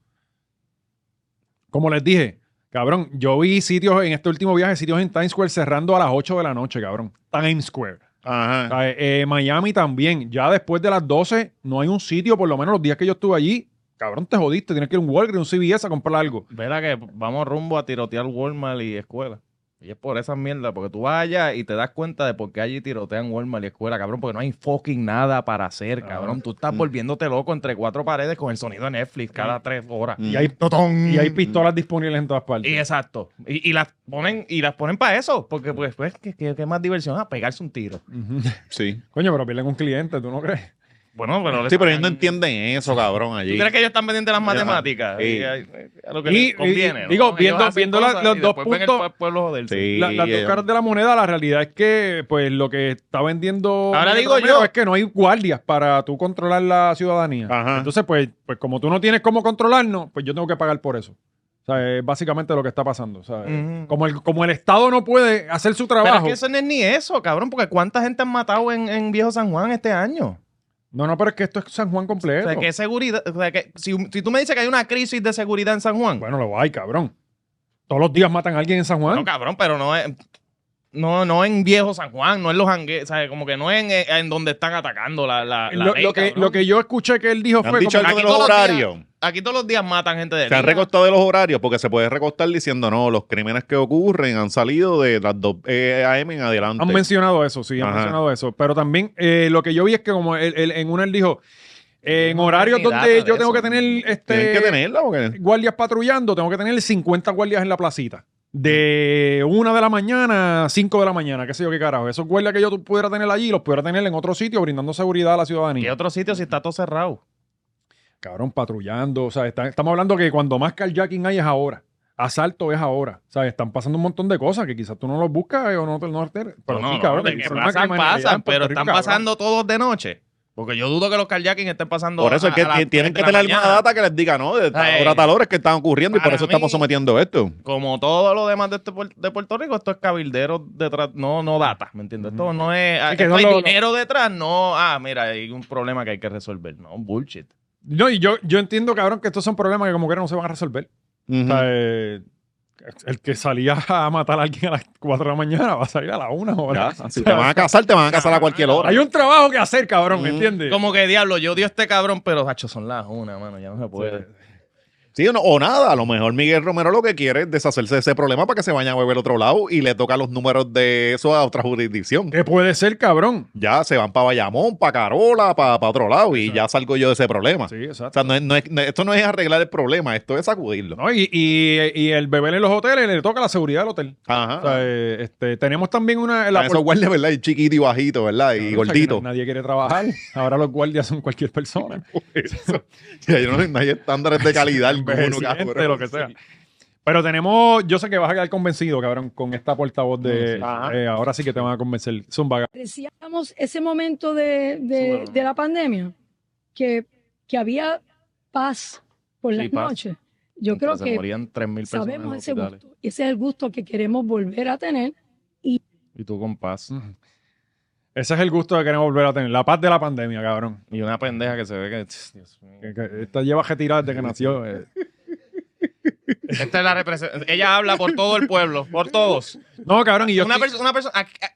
A: Como les dije, Cabrón, yo vi sitios en este último viaje, sitios en Times Square cerrando a las 8 de la noche, cabrón. Times Square. O
C: Ajá.
A: sea, eh, Miami también. Ya después de las 12 no hay un sitio, por lo menos los días que yo estuve allí. Cabrón, te jodiste. Tienes que ir a un Walgreens, un CVS a comprar algo.
B: Verá que vamos rumbo a tirotear Walmart y escuela. Y es por esas mierdas, porque tú vas allá y te das cuenta de por qué allí tirotean Walmart y escuela, cabrón, porque no hay fucking nada para hacer,
A: Ah.
B: cabrón. Tú estás
C: Mm.
B: volviéndote loco entre cuatro paredes con el sonido de Netflix cada tres horas.
C: Mm.
A: Y hay,
B: ¡Totón!
A: y hay pistolas disponibles en todas partes.
B: Y exacto. Y, y las ponen, y las ponen para eso, porque pues, pues ¿qué, qué- qué más diversión? Ah, pegarse un tiro.
A: Ujú. [LAUGHS]
C: Sí.
A: Coño, pero pierden un cliente, ¿tú no crees?
B: Bueno, pero le
C: Sí, pero ellos no
B: sacan-
C: entienden eso, cabrón,
B: ¿Tú
C: allí.
B: crees que ellos están pendientes de las
C: Ajá.
B: matemáticas?
C: Sí.
B: Y, eh, a lo que
A: Y-
B: les conviene.
A: y-
B: ¿no?
A: digo,
B: Ellos
A: viendo-
B: hacen
A: viendo la-
B: cosas
A: los
B: y
A: dos
B: después ven el
A: puntos-
B: pue- pueblo joderse.
C: Sí,
A: La- las dos
C: ellos-
A: caras de la moneda, la realidad es que, pues, lo que está vendiendo.
B: Ahora
A: Miguel
B: digo
A: Romero
B: yo.
A: Es que no hay guardias para tú controlar la ciudadanía.
C: Ajá.
A: Entonces, pues, pues, como tú no tienes cómo controlarnos, pues yo tengo que pagar por eso. O sea, es básicamente lo que está pasando. ¿sabes?
B: Ujú.
A: como, el, como el Estado no puede hacer su
B: Pero es
A: trabajo.
B: que eso no es ni eso, cabrón, porque ¿cuánta gente han matado en, en Viejo San Juan este año?
A: No, no, pero es que esto es San Juan
B: O
A: completo.
B: sea, ¿qué seguridad? O sea, que si, si tú me dices que hay una crisis de seguridad en San Juan,
A: Bueno, lo hay, cabrón. Todos los días matan a alguien en San Juan.
B: No, cabrón, pero no es. No, no en viejo San Juan, no en los hangues, ¿sabes? Como que no en, eh, en donde están atacando la, la, la
A: lo,
B: ley,
A: lo que,
B: cabrón.
A: lo que yo escuché que él dijo
C: Han
A: fue.
C: dicho
A: como-
C: algo de
B: aquí
C: los
B: todos los días-
C: horarios.
B: Aquí todos los días matan gente de
C: Se han
B: día.
C: recortado de los horarios porque se puede recortar diciendo, no, los crímenes que ocurren han salido de las 2 eh, AM en adelante.
A: Han mencionado eso, sí, han
C: Ajá.
A: mencionado eso. Pero también eh, lo que yo vi es que como él, él- en una él dijo, eh, en
B: No hay
A: horarios
B: ni
A: donde
B: data
A: yo
B: de
A: tengo
B: eso.
A: que tener
C: Tienen
A: este,
C: que tenerla porque...
A: guardias patrullando, tengo que tener 50 guardias en la placita. De una de la mañana a 5 de la mañana, qué sé yo qué carajo. Esos guardias que yo tu- pudiera tener allí, los pudiera tener en otro sitio brindando seguridad a la
B: ¿Qué
A: ciudadanía.
B: otro sitio si está todo cerrado?
A: Cabrón, patrullando. O sea, está- estamos hablando que cuando más carjacking hay es ahora. Asalto es ahora. O sea, están pasando un montón de cosas que quizás tú no los buscas eh, o no te no te- Pero
B: Pues no,
A: sí,
B: no,
A: cabrón.
B: de
A: el
B: que
A: problema es que
B: pasan,
A: hay criminalidad en
B: pasan,
A: Puerto
B: pero
A: Rico,
B: están
A: cabrón.
B: pasando todos de noche. Porque yo dudo que los carjacking estén pasando.
C: Por eso
B: a-
C: es que
B: a las
C: ti- tienen que
B: tres de
C: tener
B: la
C: alguna
B: mañana.
C: data que les diga, no, de tal
B: Ey.
C: hora a tal hora es que están ocurriendo y por
B: Para
C: eso estamos
B: mí-
C: sometiendo esto.
B: Como todo lo demás de, este puer- de Puerto Rico, esto es cabildero detrás, no, no data, ¿me entiendes? Esto no es. ah,
A: Sí, que
B: esto
A: no
B: hay
A: lo-
B: dinero detrás, no. Ah, mira, hay un problema que hay que resolver. No, bullshit.
A: No, y yo, yo entiendo, cabrón, que estos son problemas que como que no se van a resolver. O
C: Ujú.
A: sea, eh, el que salía [LAUGHS] a matar a alguien a las 4 de la mañana va a salir a la 1
C: Ya,
A: ahora.
C: si te van a casar, te van a casar a cualquier hora.
A: Hay un trabajo que hacer, cabrón, ¿me
C: Mm,
A: entiendes?
B: Como que diablo, yo odio a este cabrón, pero hacho, son las una, mano, ya no se puede.
C: Sí, o, no- o nada, a lo mejor Miguel Romero lo que quiere es deshacerse de ese problema para que se vaya a beber otro lado y le toca los números de eso a otra jurisdicción.
A: Que puede ser, cabrón.
C: Ya se van para Bayamón, para Carola, para, otro lado y ya salgo yo de ese
B: Ah.
C: problema.
A: Sí,
C: O
A: exacto.
C: sea, no es- no es- no- esto no es arreglar el problema, esto es sacudirlo.
A: No, y, y- y el beber en los hoteles le toca la seguridad del hotel.
C: Ajá.
A: O sea, eh, este, tenemos también una.
C: Para Ah. esos guardias, ¿verdad? Y chiquito y bajito, ¿verdad? Y
A: Cabrón, o sea, que
C: gordito.
A: na- Nadie quiere trabajar. Ahora los guardias son cualquier persona.
C: Eso. Ya, yo no, no hay estándares de calidad
A: [LAUGHS]
C: alguno,
A: Envejeciente,
C: cabrón.
A: lo que sea. Pero tenemos, yo sé que vas a quedar convencido, cabrón, con esta portavoz de.
B: Sí, sí.
A: eh, ahora sí que te van a convencer. Zumba,
D: apreciamos ese momento de, de- de la pandemia, que, que había paz por
B: Sí,
D: las
B: paz.
D: noches. Yo
B: Mientras
D: creo
B: se
D: que
B: morían 3.000 personas en
D: sabemos
B: los
D: ese
B: hospitales.
D: gusto. Ese es el gusto que queremos volver a tener.
B: Y tú con paz.
A: Ujú. Ese es el gusto que queremos volver a tener. La paz de la pandemia, cabrón.
B: Y una pendeja que se ve que. [SNIFFS] tss, Dios mío.
A: Que- que esta lleva retirada desde que nació. eh.
B: Esta es la representación. Ella habla por todo el pueblo,
C: [LAUGHS]
B: por todos.
A: No, cabrón, y yo.
B: Una
A: estoy-
B: persona, una persona. a- a-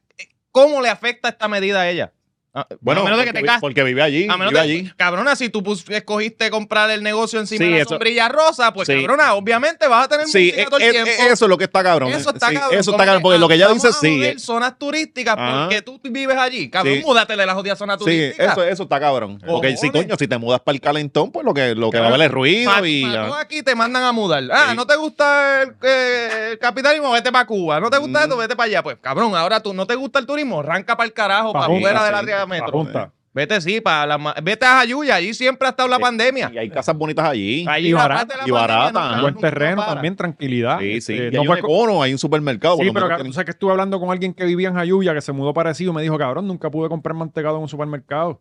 B: ¿Cómo le afecta esta medida a ella? A,
C: Bueno,
B: a menos de que
C: porque
B: te
C: vi-
B: cases.
C: Porque vive allí.
B: A menos
C: vive
B: de
C: allí.
B: Cabrona, si tú pus- escogiste comprar el negocio encima
C: Sí,
B: de la
C: eso-
B: sombrilla rosa, pues
C: sí.
B: cabrona, obviamente vas a tener
C: Sí,
B: música todo el
C: eh, eh,
B: tiempo.
C: eso es lo que está cabrón.
B: Eso está
C: Sí,
B: cabrón.
C: Eso
B: Como
C: está cabrón, porque lo que ella
B: vamos
C: dice
B: a
C: sí.
B: joder
C: eh,
B: zonas turísticas
C: Ajá.
B: porque tú vives allí. Cabrón,
C: Sí.
B: múdate de la jodida zona
C: Sí,
B: turística.
C: eso, eso está cabrón. Porque si,
B: Cojones.
C: coño, si te mudas para el calentón, pues lo que, lo que va a
B: Claro.
C: haber es ruido
B: Pa-
C: y.
B: pa-
C: ya.
B: tú aquí te mandan a mudar. Ah,
C: Sí.
B: no te gusta el, eh, el capitalismo, vete para Cuba. No te gusta
C: Mm.
B: esto, vete para allá. Pues cabrón, ahora tú no te gusta el turismo, arranca para el carajo,
A: Pa'
B: para
A: junta,
B: afuera del
C: sí.
B: área
A: pa'
B: metro.
A: junta.
B: Vete sí, para la, ma- vete a Jayuya, allí siempre ha estado la
C: Sí.
B: pandemia.
C: Y hay casas bonitas allí.
B: Allí
A: Y
B: la
A: barata,
B: parte de la
C: y
B: pandemia
C: barata,
B: no-
C: ajá.
A: Buen
B: no
A: terreno
B: para.
A: también, tranquilidad.
C: Sí, sí.
A: Eh,
C: Y
A: no
C: hay
A: fue
C: un
A: co-
C: econo, hay un supermercado. por
A: Sí,
C: lo
A: pero
C: menos
A: cabrón, tú
C: tienen-
A: sabes que estuve hablando con alguien que vivía en Jayuya, que se mudó parecido, y me dijo, cabrón, nunca pude comprar mantecado en un supermercado,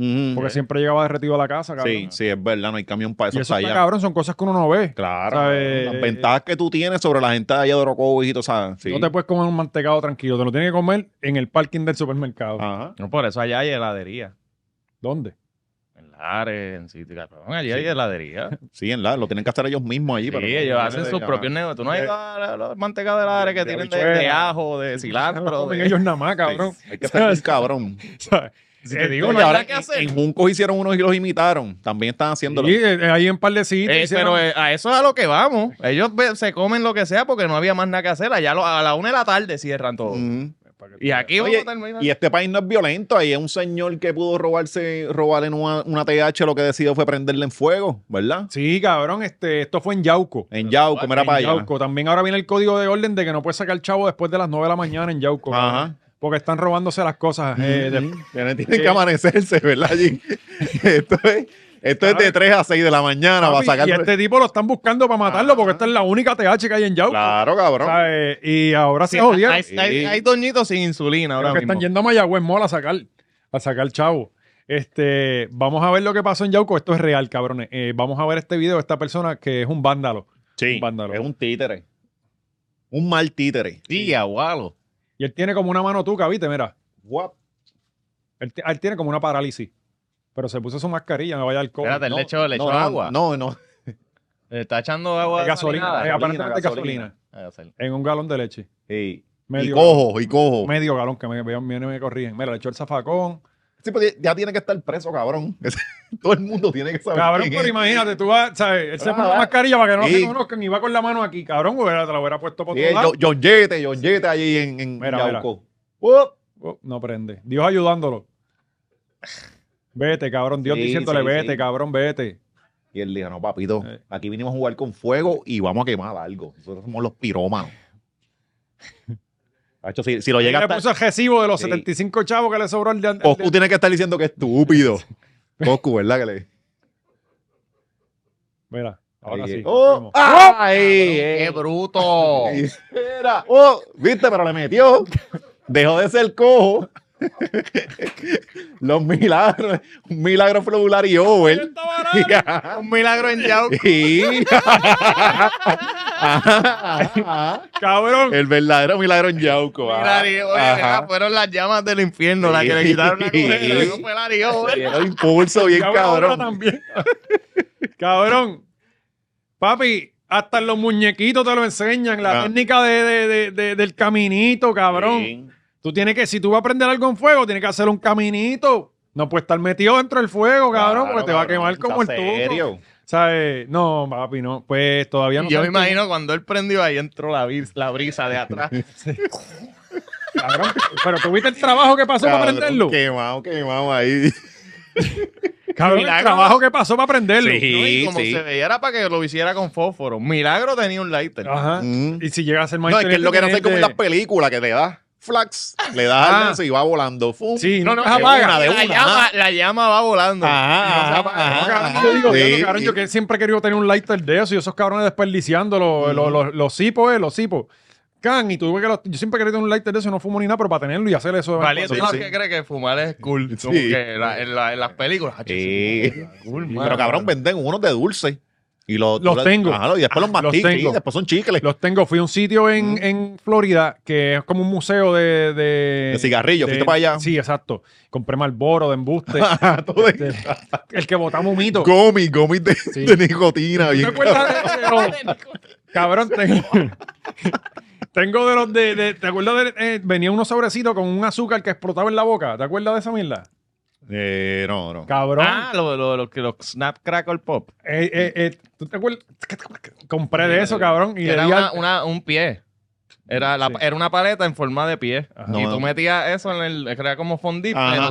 C: Ujú.
A: porque siempre llegaba derretido a la casa, cabrón.
C: Sí, sí, es verdad, no hay camión para eso.
A: y eso
C: está
A: está,
C: allá.
A: cabrón, son cosas que uno no ve.
C: Claro.
A: ¿Sabe?
C: Las ventajas que tú tienes sobre la gente de allá de Orocovis y todo, ¿sabes? Sí.
A: No te puedes comer un mantecado tranquilo, te lo tienes que
C: Ah.
A: comer en el parking del supermercado.
C: Ajá.
B: No, por eso allá hay heladería.
A: ¿Dónde?
E: En Lares, en sitio. Cabrón, allí hay
A: [LAUGHS]
E: heladería.
C: Sí, en la, lo tienen que hacer ellos mismos allí.
E: Sí,
C: pero-
E: ellos hacen sus
C: Ajá.
E: propios negocios. Tú no has
A: De-
E: ido a la, la manteca de Lares que
A: Eh, de
E: tienen de,
A: habichuela.
E: de ajo,
A: [LAUGHS]
E: de
A: No
C: Ah,
E: cilantro.
A: comen
B: [LAUGHS]
E: de-
A: ellos nada más, cabrón.
C: Hay que ser
A: [LAUGHS]
C: un cabrón.
A: O sea,
E: Si
A: Eh,
E: te digo,
A: oye,
E: no hay
C: ahora
E: nada que hacer.
C: En Junco hicieron unos y los imitaron. También están haciéndolo.
A: sí, eh, ahí en par de sitios.
E: Eh,
A: hicieron-
E: pero eh, a eso es a lo que vamos. Ellos ve- se comen lo que sea porque no había más nada que hacer. Allá lo- a la una de la tarde cierran todo.
C: Ujú.
E: Y aquí
C: Oye,
E: vamos a terminar.
C: Y este país no es violento. Ahí es un señor que pudo robarse, robar en una, una TH, lo que decidió fue prenderle en fuego, ¿verdad?
A: Sí, cabrón, este, esto fue en Yauco.
C: En Yauco, mira
A: En
C: para allá.
A: Yauco. También ahora viene el código de orden de que no puedes sacar chavo después de las 9 de la mañana en Yauco.
C: Ajá.
A: Porque están robándose las cosas. eh, de-
C: Ujú. Tienen tienen que amanecerse, ¿verdad,
A: [LAUGHS]
C: Jim? Esto es, esto es de 3 a 6 de la mañana. Va a
A: Papi,
C: sacar.
A: Y este tipo lo están buscando para matarlo porque esta es la única TH que hay en Yauco.
C: Claro,
A: O
C: cabrón.
A: sea, eh, y ahora
E: Sí,
A: se jodieron.
E: hay, hay- hay doñitos sin insulina
A: Creo
E: ahora
A: que
E: mismo.
A: están yendo a Mayagüez Mola a sacar, a sacar chavo. Este, vamos a ver lo que pasó en Yauco. Esto es real, cabrones. Eh, vamos a ver este video de esta persona que es un vándalo.
C: Sí,
A: un vándalo.
C: es un títere. Un mal títere.
E: Sí, agualo.
A: Y él tiene como una mano tuca, ¿viste? Mira.
C: Guap.
A: Él, ti- él tiene como una parálisis. Pero se puso su mascarilla, no vaya al COVID.
E: Espérate,
C: No,
E: le echó, le
C: no,
E: echó
C: no,
E: agua.
C: No, no.
E: Le está echando agua.
A: Es gasolina, es
E: desalinada.
A: aparentemente gasolina.
E: Ah, gasolina.
A: En un galón de leche.
C: Sí. Y
A: Medio,
C: cojo, y cojo.
A: medio galón, que me, me, me, me corrigen. Mira, le echó el zafacón.
C: Sí, porque ya tiene que estar preso, cabrón. [LAUGHS] Todo el mundo tiene que saber.
A: Cabrón,
C: quién
A: pero
C: es.
A: imagínate, tú vas, ¿sabes? Él se
C: Ah,
A: pone la
C: va.
A: mascarilla para que no
C: Sí.
A: se conozcan y va con la mano aquí, cabrón, hubiera- te la hubiera puesto por
C: Sí,
A: otro lado.
C: John- John Jete, John Jete allí en, en
A: Mira,
C: Yauco. Guap.
A: Oh, no prende. Dios ayudándolo. Vete, cabrón. Dios
C: Sí,
A: diciéndole,
C: sí,
A: vete,
C: sí.
A: cabrón, vete.
C: Y él dijo, no, papito,
A: Eh.
C: aquí vinimos a jugar con fuego y vamos a quemar algo. Nosotros somos los
A: [LAUGHS]
C: pirómanos. Hacho, si, si lo llega
A: Le
C: hasta...
A: puso el recibo de los
C: Sí.
A: 75 chavos que le sobró el de antes.
C: Coscu tiene que estar diciendo que es estúpido.
A: [LAUGHS]
C: Coscu, ¿verdad? Que le...
A: Mira, ahora
C: Ahí,
A: sí.
C: ¡Oh!
A: fuimos.
C: ¡Ay!
E: ¡Qué [LAUGHS] bruto!
C: eh, era, ¡Oh! ¿Viste? Pero le metió. Dejó de ser cojo. los milagros. Un milagro flobular y over.
A: Está barato.
E: Un milagro en Yauco.
A: [LAUGHS]
C: Y- Ajá, ajá, ajá.
A: Cabrón.
C: El verdadero milagro en Yauco. ajá,
E: Hilario, oye,
C: ajá.
E: esas fueron las llamas del infierno las que le quitaron la correa.
C: Sí.
E: Le dio un pelario,
C: Le
E: güey.
C: dieron impulso bien
A: Ya voy ahora
C: cabrón.
A: también. [LAUGHS] cabrón. Papi, hasta los muñequitos te lo enseñan. La
C: Ah.
A: técnica de, de- de- de- del caminito, cabrón.
C: Sí.
A: Tú tienes que, si tú vas a prender algo en fuego, tienes que hacer un caminito. No puedes estar metido dentro del fuego, cabrón,
C: Claro,
A: porque te va a
C: cabrón,
A: quemar como el
C: ¿está
A: tubo.
C: serio?
A: ¿Sabes? No, papi, no. Pues todavía no.
E: Yo me
A: tanto.
E: imagino cuando él prendió ahí entró la, bris- la brisa de atrás.
A: [LAUGHS] Cabrón, pero tuviste el trabajo que pasó para
C: Cabrón,
A: aprenderlo.
C: Quemado, quemado ahí.
A: Cabrón, el
E: Milagro.
A: trabajo que pasó para aprenderlo.
E: ¿no? [LAUGHS] Y
C: Sí,
E: como
C: sí.
E: se veía era para que lo hiciera con fósforo. Milagro tenía un lighter.
A: Ajá.
C: Mm.
A: Y si llega a ser más
C: No, es que es lo que no hace como en las
A: inteligente-
C: películas, que te da flax, le das
A: Ah.
C: al lance y va volando. ¡Fum!
A: Sí, no, no,
C: de una,
A: apaga.
C: de
E: la,
C: una,
E: llama, la llama va volando.
C: Ajá, ajá,
A: Cabrón,
C: ajá.
A: Ah, yo digo,
C: ah, Sí,
A: diablo, cabrón,
C: sí.
A: yo que siempre he querido tener un lighter de eso y esos cabrones desperdiciando los, los, los, los cipos, eh, los cipos. Can, y tuve que los- yo siempre quería tener un lighter de eso y no fumo ni nada, pero para tenerlo y hacer eso. de vez en
E: Valiente,
A: cuando.
E: ¿no?
C: sí.
E: que cree que fumar es cool.
C: Sí.
E: Como que la- en, la- en las películas. ah,
C: Sí.
E: chico, es cool, mano.
C: Pero cabrón, venden unos de dulce. Y los,
A: Los tengo.
C: Ajá, y después los
A: Ah, los
C: masticas.
A: tengo.
C: y después son
A: [LAUGHS]
C: chicles.
A: Los tengo. Fui a un sitio en, en Florida que es como un museo de. De,
C: De cigarrillos, fuiste para allá. Ah,
A: Sí, exacto. Compré Marlboro de
C: [LAUGHS]
A: embuste.
C: Todo de-
A: Este, el que botamos mito.
C: Gomi, gomi de,
A: Sí.
C: de nicotina.
A: ¿Te
C: bien
A: acuerdas
C: [LAUGHS]
A: de los- Cabrón, tengo, [LAUGHS] tengo de los de, de- ¿Te acuerdas de eh, venía unos sobrecitos con un azúcar que explotaba en la boca? ¿Te acuerdas de esa mierda?
C: cabrón. Eh, no, no.
A: Cabrón.
E: Ah, lo, lo, lo que los Snap Crackle Pop.
A: Eh, eh, eh, ¿Tú te acuerdas? Compré de eso, cabrón. Y
E: Que
A: le
E: era
A: di al-
E: una, una- un pie. Era, la-
A: Sí.
E: era una paleta en forma de pie.
A: Ajá.
E: Y
C: Ah, No.
E: tú metías eso en el. Era como fondip, pero
C: Ajá,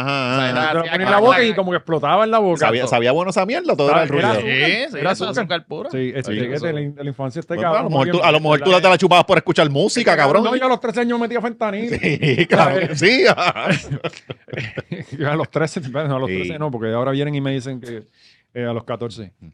C: ajá,
E: O sea,
C: ajá.
E: era-
A: te lo
E: hacía
A: ponía en la
E: clac,
A: boca
E: clac,
A: y como que explotaba en la boca.
C: ¿Sabía, sabía bueno esa mierda? Todo
A: Era-
C: era el ruido. Pues,
A: era- este
E: Sí, sí,
A: Era
E: era azúcar,
A: azúcar
E: puro.
A: Sí, este,
C: Sí,
A: que
C: eso.
A: de la, de la infancia este
C: Bueno,
A: cabrón.
C: pues, a lo mejor, tú,
A: bien-
C: a lo mejor tú te la chupabas por escuchar música, cabrón.
A: No, yo a los 13 años metía fentanil.
C: [LAUGHS] Sí, cabrón. Sí, ajá.
A: [LAUGHS] Yo a los 13, [LAUGHS] bueno, a los
C: Sí.
A: 13 no, porque ahora vienen y me dicen que eh, a los 14.
C: Mm.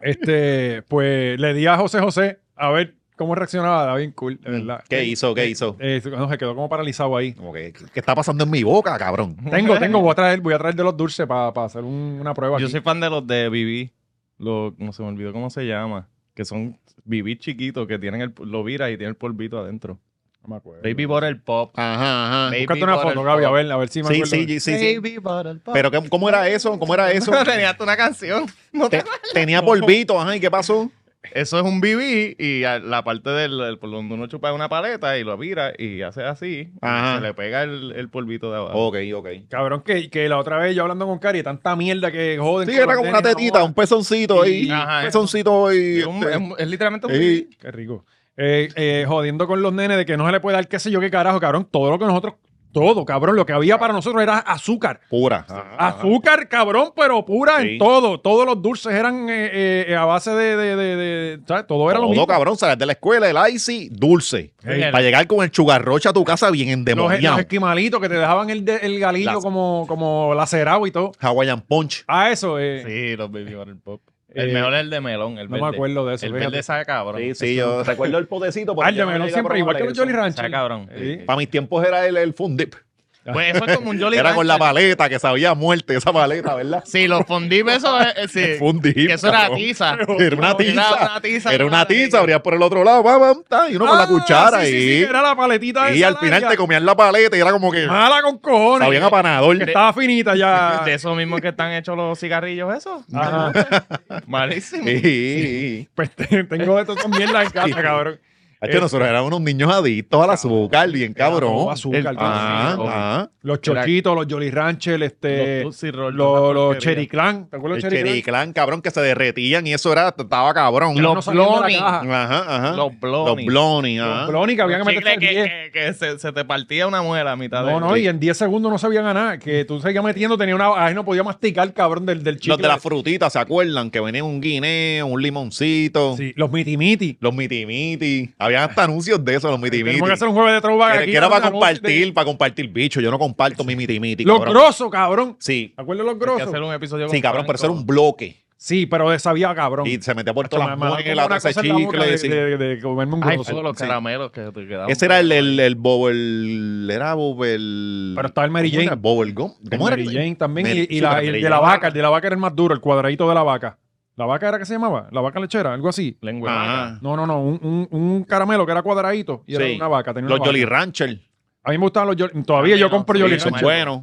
A: Este, pues le di a José José a ver cómo reaccionaba, era bien cool, de verdad.
C: Mm. ¿Qué hizo? ¿Qué hizo?
A: Eh, no, se quedó como paralizado ahí.
C: Como que, ¿qué está pasando en mi boca, cabrón?
A: Tengo, tengo, voy a traer, voy a traer de los dulces para hacer un- una prueba.
E: Yo
A: aquí.
E: soy fan de los de BB. Lo, no se me olvidó cómo se llama. Que son BB chiquitos que tienen el. Lo viras y tiene el polvito adentro.
A: No me acuerdo.
B: Baby Bottle [LAUGHS] Pop.
C: Ajá, ajá.
B: Baby
A: Búscate una
B: Bottle
A: foto, Gaby, a
B: Pop.
A: ver, a ver si me
C: Sí,
A: acuerdo.
C: sí, sí, sí.
B: Baby Bottle Pop.
C: Pero ¿qué- ¿cómo era eso? ¿Cómo era [LAUGHS] eso?
B: tenías una canción. No te-
C: Te- tenía polvito, ajá, ¿y qué pasó?
B: Eso es un BB y a- la parte del, del- por donde uno chupa una paleta y lo vira y hace así. y
C: Ajá.
B: Se le pega el, el polvito de abajo.
C: Ok, ok.
A: Cabrón, que, que la otra vez yo hablando con Cari, tanta mierda que joden.
C: Sí, era como una tetita, un pezoncito ahí.
A: Y-
B: Ajá,
C: Un pezoncito ahí.
B: es, un-
C: este.
B: es- es literalmente un
C: Sí.
A: Qué rico. Eh, eh, jodiendo con los nenes de que no se le puede dar qué sé yo qué carajo, cabrón. Todo lo que nosotros, todo, cabrón, lo que había para nosotros era azúcar.
C: Pura.
A: Azúcar, cabrón, pero pura
C: Sí.
A: en todo. Todos los dulces eran eh, eh, a base de, de- de- de- ¿sabes? Todo era lo
C: Todo,
A: mismo.
C: cabrón, salir de la escuela, el icy, dulce.
A: Ey,
B: el-
C: Para llegar con el chugarrocha a tu casa bien
A: los, los
C: endemoniado.
A: esquimalitos que te dejaban el, de- el galillo
C: Las-
A: como, como lacerado y todo.
C: Hawaiian Punch.
A: Ah, eso. eh,
B: Sí, los Baby Bottle Pop.
A: eh,
B: El mejor es el de melón, el
A: no me
B: verde.
A: acuerdo de eso.
B: El
A: fíjate.
B: verde sabe cabrón.
C: yo recuerdo el potecito.
A: Ah, el de melón siempre, igual que los Jolly
B: Sabe
A: Rancher.
B: cabrón.
A: Sí.
C: [LAUGHS] Para mis tiempos era el, el fundip.
B: Pues [LAUGHS] eso es como un Jolly
C: Era con la
B: Rancher.
C: paleta que sabía a muerte, esa paleta, ¿verdad?
B: Sí, los fondip, eso es...
C: [LAUGHS]
B: eh, sí.
C: Fundip.
B: Que eso era
C: cabrón.
B: [LAUGHS] tiza.
C: [LAUGHS] Era una
B: Era
C: tiza.
B: una tiza.
C: Era una tiza,
B: Era-
C: abrías por el otro lado, pam, pam, ta, y uno con
A: Ah,
C: la cuchara
A: sí, sí, sí,
C: y,
A: era la paletita
C: y
A: esa
C: al final
A: larga.
C: te comían la paleta y era como [LAUGHS] que
A: Mala con cojones.
C: sabían a panador.
A: Que estaba finita ya.
B: De eso mismo que están hechos los cigarrillos, eso.
A: Ajá.
B: Malísimo.
C: [LAUGHS] Sí.
A: Pues te- tengo de todas mierdas en casa, cabrón. Este
C: Hacho, nosotros éramos unos niños adictos al azúcar, bien
A: Todo
C: cabrón. Ah,
A: azúcar,
B: El-
A: todo
C: Ajá,
A: azúcar.
C: ajá.
A: Los chochitos, los Jolly Rancher, este,
B: Tootsie Rolls,
A: los,
B: toda
A: los
B: porquería.
A: Cherry Clan. ¿Te acuerdas de
C: El
A: los Cherry, Clan?
C: Chericlán, cabrón, que se derretían y eso era, estaba cabrón.
A: Cabrón,
B: Los
A: no saliendo de la
B: Blonies.
A: caja.
C: Ajá, ajá.
B: Los
C: Los
B: blonis.
C: blonies,
A: Los
C: ajá.
A: Blonies que habían que
B: Los chicles
A: meterse
B: que,
A: 10.
B: que- que se, se te partía una muela a mitad
A: No,
B: de
A: no, y en 10 segundos no sabían a nada. Que tú seguías metiendo, tenía una. Ahí no podía masticar, cabrón, del, del chicle.
C: Los de las frutitas, ¿se acuerdan? Que venían un guineo, un limoncito,
A: Sí, los mitimiti.
C: los mitimiti. Habían hasta anuncios de eso, los mitimiti.
A: Tenemos que hacer un jueves de trova
C: Que,
A: aquí.
C: que era para
A: cabrón, de-
C: compartir, para compartir bicho. Yo no comparto mi mitimiti,
A: Los
C: cabrón.
A: grosos, cabrón.
C: Sí,
A: ¿Te acuerdas de los
B: Hay que
A: grosos?
B: hacer un episodio
C: sí,
B: con
C: cabrón, pero eso era
B: Franco.
C: un bloque.
A: Sí, pero de sabía, cabrón.
C: Y se metía por
A: Macho,
C: todas
A: me-
C: las
A: me da como
C: muelas,
A: una
C: la
A: cosa en la boca de-
C: chicles. sí.
A: de- de- de comerme un
B: Ay,
A: grosso.
B: todos los
C: sí.
B: caramelos que te quedaban.
C: Ese era el, el, el Bobel. Era Bobel.
A: Pero estaba el Mary
C: ¿Cómo era?
A: Jane.
C: Bobel Gum.
A: El
C: ¿Cómo era?
A: Mary Jane también.
C: Mary-
A: y y
C: sí,
A: la,
C: pero
A: el
C: Mary
A: de la
C: Jane.
A: vaca, el de la vaca era el más duro, el cuadradito de la vaca. ¿La vaca era que se llamaba? ¿La vaca lechera? Algo así.
B: Lengua.
C: Ajá.
A: Ah, No, no, no. Un, un- un caramelo que era cuadradito y era
C: Sí.
A: una vaca. tenía una
C: Los
A: vaca.
C: Jolly Ah, Rancher.
A: A mí me gustaban los Jolly. Todavía yo
B: Caramelo,
A: compro
B: sí,
A: Jolly
C: son
B: son
A: Rancher.
C: buenos.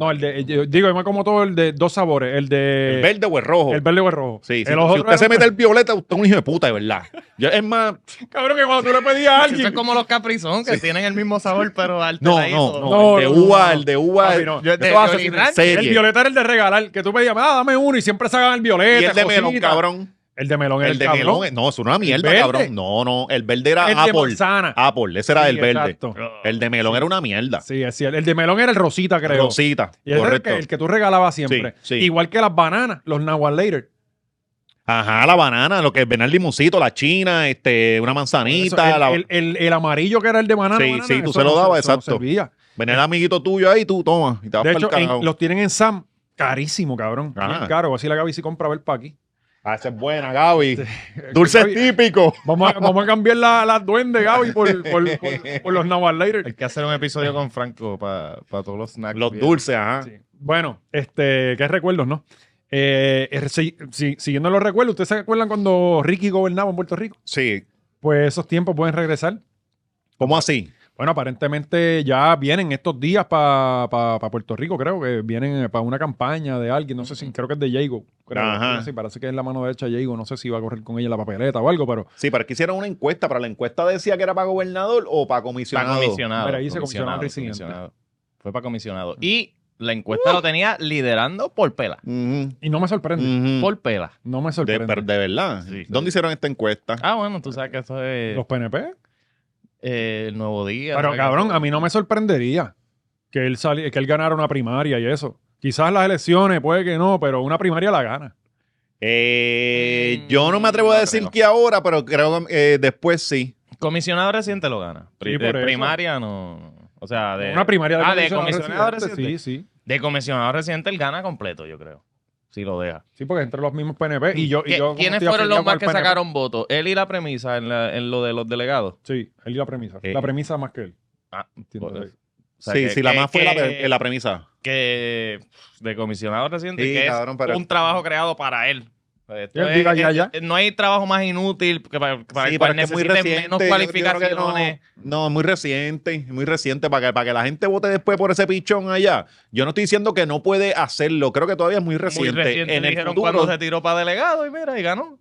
A: No, el de. yo- digo, yo me como todo el de dos sabores. El de.
C: ¿El verde o el rojo?
A: Eh, el verde o el rojo.
C: Sí, sí.
A: El
C: Si
A: otro
C: usted
A: era-
C: se mete el violeta, usted es un hijo de puta, de verdad. Yo- es más,
A: Cabrón, que cuando tú le pedías a
B: Eso
A: alguien.
B: es como los caprizón, que tienen el mismo sabor, pero
C: no,
B: alteradito.
C: no,
A: No,
C: no. El de
A: no,
C: uva,
A: no.
C: el de uva.
A: Papi, no.
B: Yo- de
C: eso va a
B: Jolly
C: ser
B: Rancher.
C: serie.
A: El violeta era el de regalar, que tú pedías, ah, dame uno y siempre sacaban el violeta.
C: Y el de
A: Este cosita.
C: melón, cabrón.
A: El de melón,
C: El de
A: cabrón.
C: melón. eh, No, es una mierda,
A: verde?
C: cabrón. No, no. El verde era
A: El de
C: Apple. Ah,
A: manzana.
C: Apple, ese era
A: Sí,
C: el verde.
A: exacto.
C: El de melón era una mierda.
A: Sí, es cierto. El de melón era el rosita, creo.
C: Rosita.
A: Y ese era el
C: Correcto.
A: que, el que tú regalabas siempre.
C: Sí, sí.
A: Igual que las bananas, los Nahual Later.
C: Ajá, la banana, lo que es el limoncito, la china, este, una manzanita,
A: Eso,
C: la,
A: el, el- el- el amarillo que era el de banana.
C: Sí,
A: banana,
C: sí, tú
A: eso
C: se lo
A: no
C: dabas,
A: eso no
C: exacto.
A: servía.
C: Ven el amiguito tuyo ahí, tú toma. Y te vas
A: De
C: pa'l
A: hecho, en-
C: carajo.
A: los tienen en Sam. Carísimo, cabrón.
C: Ah.
A: Bien caro. Así la Gaby sí compraba el pa' aquí.
C: Ah, esa es buena, Gaby. Dulces
A: Gaby,
C: típicos.
A: Vamos a, vamos a cambiar las la duendes, Gaby, por, por- por- por los Nahual Later.
B: Hay que hacer un episodio con Franco para todos los snacks.
C: Los
B: bien.
C: dulces, ajá.
A: eh, Sí. Bueno, este, qué recuerdos, ¿no? Eh, eh, si- si- siguiendo los recuerdos, ¿ustedes se acuerdan cuando Ricky gobernaba en Puerto Rico?
C: Sí.
A: Pues esos tiempos pueden regresar.
C: ¿Cómo así?
A: Bueno, aparentemente ya vienen estos días para Puerto Rico, creo que vienen para una campaña de alguien, no sé si, creo que es de Jago. Creo,
C: Ajá.
A: No sé, parece que es la mano derecha de Jago, no sé si va a correr con ella la papeleta o algo, pero
C: Sí, pero aquí hicieron una encuesta, pero la encuesta decía que era para gobernador o para comisionado.
B: Para comisionado.
A: Mira, ahí dice comisionado residente.
B: comisionado. Fue para comisionado. Y la encuesta lo tenía liderando por pela.
C: Ujú,
A: y no me sorprende,
C: ujú.
B: Por pela.
A: no me
C: de,
A: sorprende.
C: pero de verdad.
B: Sí, sí.
C: ¿Dónde hicieron esta encuesta?
B: Ah, bueno, tú sabes que eso es
A: los PNP.
B: eh, el nuevo día.
A: Pero
B: ¿sabes?
A: cabrón, a mí no me sorprendería que él sali- que él ganara una primaria y eso. Quizás las elecciones, puede que no, pero una primaria la gana.
C: Eh,
B: Mm,
C: yo no me atrevo
B: no
C: a decir
B: creo.
C: que ahora, pero creo que eh, después sí.
B: Comisionado reciente lo gana. Pri-
A: Sí,
B: de
A: por eso.
B: primaria no. O sea, de.
A: una primaria
B: Ah, de comisionado
A: residente, Sí, sí.
B: De comisionado reciente él gana completo, yo creo. Si lo deja.
A: Sí, porque entre los mismos PNP y yo. y
B: ¿Qui-
A: yo como
B: Mm. ¿Quiénes
A: estoy
B: fueron
A: afiliado
B: los
A: con
B: más
A: el
B: que
A: PNP?
B: sacaron votos? Él y la premisa en, la- en lo de los delegados.
A: Sí, él y la premisa.
C: Eh. pues,
A: La premisa más que él.
B: Ah,
A: Entiendo,
B: por
A: sí.
B: eso. O sea,
C: sí,
B: que-
C: sí, la
B: que-
C: más fue la,
B: que-
C: pre- la premisa.
B: que de comisionado reciente
C: Sí,
B: que
C: cabrón,
B: es
C: pero-
B: un trabajo creado para él Pues, Esto
A: Él
B: es-
A: diga ya,
B: es-
A: ya.
B: no hay trabajo más inútil que para, para
C: Sí,
B: el cual
C: pero es que es muy
B: necesiten
C: reciente,
B: menos
C: yo creo que
B: cualificaciones.
C: No, es muy reciente, muy reciente para que, para que la gente vote después por ese pichón allá. Yo no estoy diciendo que no puede hacerlo, creo que todavía es muy
B: Muy
C: reciente.
B: reciente
C: en el
B: dijeron
C: futuro
B: cuando se tiró para delegado y mira, y ganó.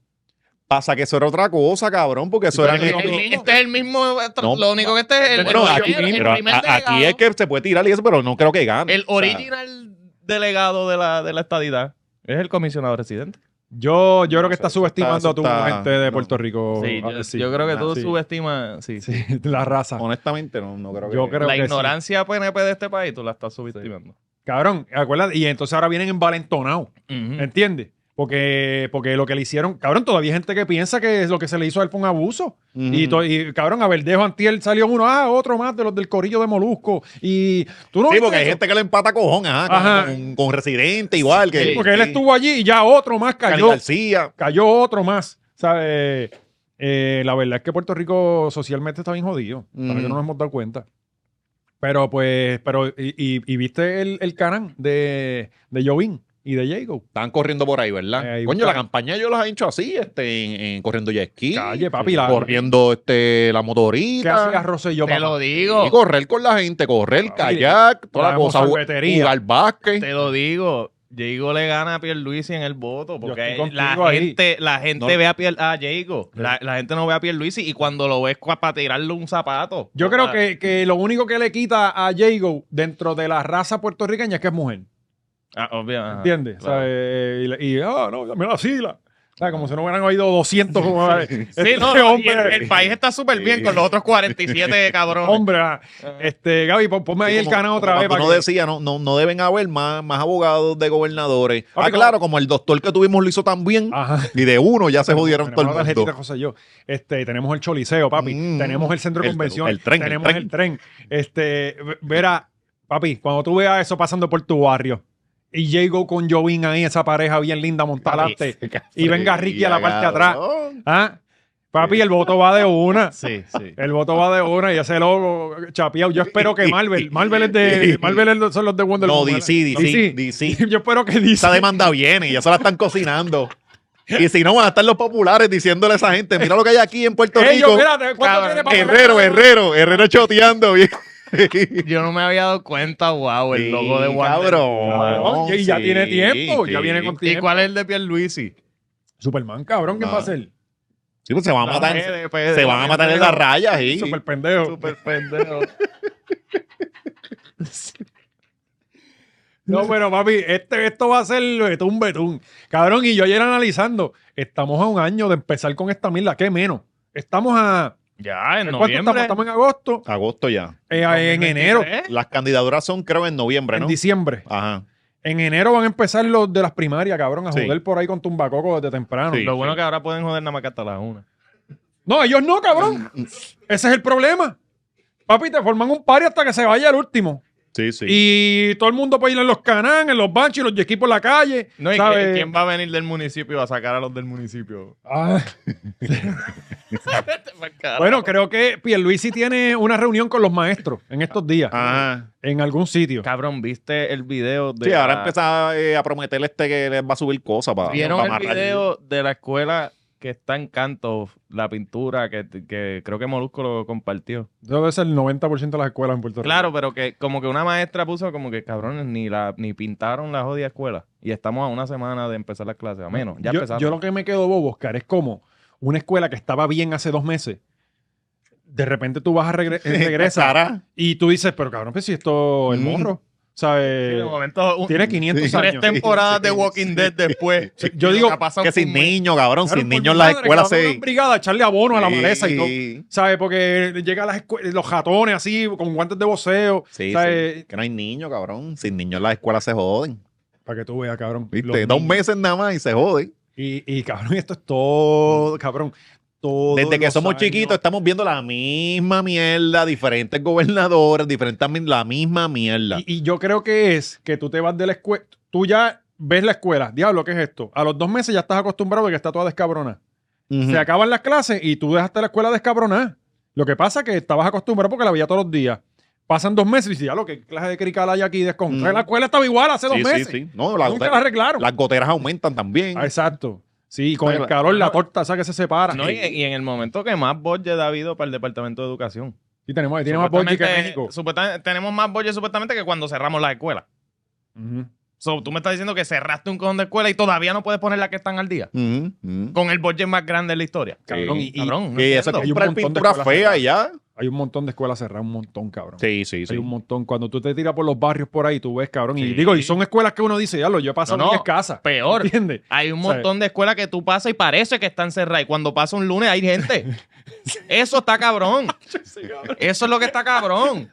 C: pasa que eso era otra cosa, cabrón, porque eso
A: pero
C: era...
A: es lo
B: El-
A: mismo.
B: este es el mismo, esto-
C: No.
B: lo único que este es el,
C: Bueno,
B: el
C: aquí,
B: primer- el
C: pero a-
B: primer
C: a- aquí
B: delegado.
C: es que se puede tirar y eso, pero no creo que gane.
B: El
C: O sea,
B: original delegado de la, de la estadidad es el comisionado residente.
A: Yo, yo creo que
C: Eso-
A: estás
C: eso
A: subestimando
C: está-
A: a tu
C: eso está-
A: gente de
C: no.
A: Puerto Rico. Ah,
B: yo,
A: sí.
B: yo creo que
A: Ah,
B: tú
A: sí.
B: subestimas
A: [LAUGHS]
B: sí.
A: Sí, la raza.
C: honestamente, no, no creo que...
A: Ah. Yo creo
B: la
A: que sí.
B: ignorancia PNP de este país, tú la estás subestimando.
A: Cabrón, acuérdate. Y entonces ahora vienen envalentonados.
B: Ujú.
A: ¿Entiendes? Porque, porque lo que le hicieron, cabrón, todavía hay gente que piensa que lo que se le hizo a él fue un abuso.
C: Ujú.
A: y, to- y, cabrón, a Verdejo Antiel salió uno, ah, otro más de los del corillo de Molusco. Y tú no.
C: Sí,
A: viste
C: porque hay
A: eso?
C: gente que le empata cojón, ajá, con-
A: Ajá.
C: Con, con Residente igual. Que,
A: Sí, porque él
C: sí.
A: estuvo allí y ya otro más
C: Cali
A: cayó.
C: García.
A: Cayó otro más. ¿Sabes? Eh, la verdad es que Puerto Rico socialmente está bien jodido. para
C: Ujú.
A: que no nos hemos dado cuenta. Pero pues, pero, y, y- y viste el, el canal de, de Jovin y de Jago.
C: Están corriendo por ahí, ¿verdad?
A: Eh, ahí
C: Coño,
A: está.
C: la campaña yo las he hecho así, este, en, en corriendo jet ski,
A: Calle, papi, la-
C: corriendo este,
A: ¿Qué
C: la
A: hacía
C: motorita.
A: Rosselló?
B: Te
A: papá?
B: lo
C: Y
B: digo,
C: correr con la gente, correr,
A: Papi,
C: kayak, toda la
A: vamos
C: cosa,
A: a
C: ju-
A: juguetería.
C: jugar básquet.
B: te lo digo. Jago le gana a Pierluisi en el voto porque
A: estoy
B: la
A: contigo ahí.
B: gente, la gente
C: No.
B: ve a, Pier, a Jago, la, la gente no ve a Pierluisi y cuando lo ves para tirarle un zapato. Ah,
A: Yo
B: o
A: creo
B: sea,
A: que, que lo único que le quita a Jago dentro de la raza puertorriqueña es que es mujer.
B: Ah, obvio, ajá.
A: ¿Entiendes? O sea,
B: Claro.
A: eh, y le- y, ah, no, mira la sigla. O sea, como si no hubieran oído 200 como, eh,
B: [LAUGHS] Sí,
A: este
B: no, no, y el,
A: hombre,
B: el país está súper bien con los otros
A: [LAUGHS]
B: 47 cabrones.
A: hombre, ah, este, Gaby, pon- ponme
C: Sí,
A: ahí el
C: como-
A: canal
C: como
A: otra vez.
C: cuando
A: para
C: uno
A: que-
C: decía, no, no, no deben haber más, más abogados de gobernadores.
A: Papi,
C: ah, claro, como el doctor que tuvimos lo hizo tan bien,
A: Ajá.
C: y de uno ya se
A: Tenemos-
C: jodieron todo el
A: tenemos la tarjetita,
C: mundo.
A: José, yo. Este, tenemos el Choliseo, papi.
C: Mm.
A: tenemos el centro de
C: El-
A: convención.
C: el tren, el
A: Tenemos el tren. Este, ve- verá, papi, cuando tú veas eso pasando por tu barrio y llego con Jovin ahí, esa pareja bien linda, montalante.
C: [LAUGHS]
A: Y venga Ricky a la parte de atrás.
C: Cabrón.
A: ¿Ah? Papi, el voto va de una.
B: Sí, sí.
A: El voto va de una y ese logo chapeado. Yo espero
C: [LAUGHS]
A: que Marvel, Marvel es de Marvel es- son los de Wonder
C: No,
A: Woman.
C: DC, DC,
A: [LAUGHS]
C: DC.
A: Yo espero que DC.
C: Esa demanda viene, ya se la están cocinando. Y si no, van a estar los populares diciéndole a esa gente, mira lo que hay aquí en Puerto
A: Ellos,
C: Rico.
A: espérate, ¿cuánto
B: Cabrón.
A: tiene para pagar?
C: Herrero, Herrero, Herrero choteando. bien.
B: Yo no me había dado cuenta, wow, el logo de
C: Sí,
B: Wonder.
C: Cabrón.
A: Y ya
C: sí,
A: tiene tiempo, ya
C: sí.
A: viene con
B: ¿Y
A: tiempo.
B: cuál es el de Pierluisi?
A: Superman, cabrón, ¿qué
C: Ah.
A: va a hacer?
C: Sí, pues se van a matar. Se van a matar en las rayas, sí.
A: Super pendejo.
B: Super pendejo.
A: No, pero papi, este, esto va a ser betún, betún. Cabrón, y yo ayer analizando, estamos a un año de empezar con esta mierda, ¿qué menos? Estamos a.
B: ya, en
A: ¿Cuánto estamos?
B: noviembre.
A: Estamos en agosto,
C: Agosto ya.
A: eh, en enero,
B: 2023.
C: Las candidaturas son, creo, en noviembre,
A: en
C: ¿no?
A: diciembre.
C: Ajá.
A: En enero van a empezar los de las primarias, cabrón, a
C: Sí.
A: joder por ahí con tumbacoco desde temprano.
C: Sí.
B: Lo bueno que ahora pueden joder nada más que hasta las una.
A: No, ellos no, cabrón. Ese es el problema. Papi, te forman un pari hasta que se vaya el último.
C: Sí, sí.
A: Y todo el mundo puede ir en los canán, en los banchos, los yequis por la calle.
B: No, ¿y
A: ¿sabes?
B: quién va a venir del municipio a sacar a los
A: [LAUGHS]
B: del municipio? [LAUGHS]
A: Ah, bueno, creo que Pierluisi tiene una reunión con los maestros en estos días,
C: Ajá.
A: en algún sitio.
B: Cabrón, ¿viste el video de
C: Sí, ahora
B: la-
C: empieza eh, a prometerle este que les va a subir cosas para.
B: ¿Vieron
C: para
B: el video de la escuela que está en Canto, la pintura que, que creo que Molusco lo compartió?
A: Eso debe ser el 90% de las escuelas en Puerto Rico.
B: Claro, pero que como que una maestra puso como que cabrones ni la ni pintaron la jodida escuela y estamos a una semana de empezar las clases, a menos, ya
A: yo,
B: empezaron.
A: yo lo que me quedo bobo, Oscar, es como una escuela que estaba bien hace dos meses. De repente tú vas a regre- eh, regresar
C: Cara.
A: y tú dices, pero cabrón, pues si esto es
C: Mm.
A: morro, ¿sabes?
B: Sí, de momento, un-
A: Tiene 500
C: Sí.
A: años.
B: tres temporadas de
C: Sí,
B: Walking
C: sí.
B: Dead después.
A: Sí, yo digo
C: Que sin niños, cabrón,
A: Claro,
C: sin
A: por
C: niños
A: mi
C: las
A: madre,
C: escuelas
A: cabrón,
C: se.
A: una brigada, echarle abono a la
C: Sí.
A: maleza y todo. ¿Sabes? Porque llega a las escue- los jatones así, con guantes de voceo.
C: Sí,
A: ¿sabes?
C: sí. eh, Que no hay niños, cabrón. Sin niños las escuelas se joden.
A: Para que tú veas, cabrón.
C: ¿Viste?
A: Los
C: Dos
A: niños.
C: meses nada más y se joden.
A: Y, y, cabrón, esto es todo, cabrón. Todo
C: Desde que somos chiquitos estamos viendo la misma mierda, diferentes gobernadores, diferentes admin- la misma mierda.
A: Y, y yo creo que es que tú te vas de la escuela. Tú ya ves la escuela. Diablo, ¿qué es esto? A los dos meses ya estás acostumbrado de que está toda descabrona.
C: Ujú.
A: Se acaban las clases y tú dejaste la escuela descabronada. Lo que pasa es que estabas acostumbrado porque la veía todos los días. Pasan dos meses y dices, ya lo que clase de crical hay aquí descontra.
C: Mm.
A: La escuela estaba igual hace dos
C: Sí,
A: meses.
C: sí, sí. No, las
A: Nunca
C: goteras-
A: la arreglaron.
C: las goteras aumentan también.
A: Ah, Exacto. Sí, con
C: Pero-
A: el calor la torta esa que se separa.
E: No, y, y en el momento que más budget ha habido para el Departamento de Educación.
A: y tenemos, tiene más budget que
E: Supuestamente-
A: México.
E: supuesta- tenemos más budget supuestamente que cuando cerramos la escuela.
A: Ujú.
E: So, tú me estás diciendo que cerraste un cojón de escuela y todavía no puedes poner la que están al día.
C: Ujú, ujú.
E: Con el budget más grande de la historia. Cabrón,
A: y-
E: cabrón. no
C: Y eso
E: entiendo.
C: es
A: Hay un
C: comprar
A: montón de
C: pintura
A: escuelas
C: fea
A: cerradas.
C: y ya.
A: Hay un montón de escuelas cerradas, un montón, cabrón.
C: Sí, sí,
A: Hay un montón. Cuando tú te tiras por los barrios por ahí, tú ves, cabrón. Y
E: Sí.
A: digo, y son escuelas que uno dice, ya lo, yo he pasado
E: No, no.
A: 10 casas.
E: Peor.
A: ¿Entiendes?
E: Hay un montón de escuelas que tú pasas y parece que están cerradas. Y cuando pasa un lunes hay
A: [LAUGHS]
E: gente. Eso está cabrón. Eso es lo que está cabrón.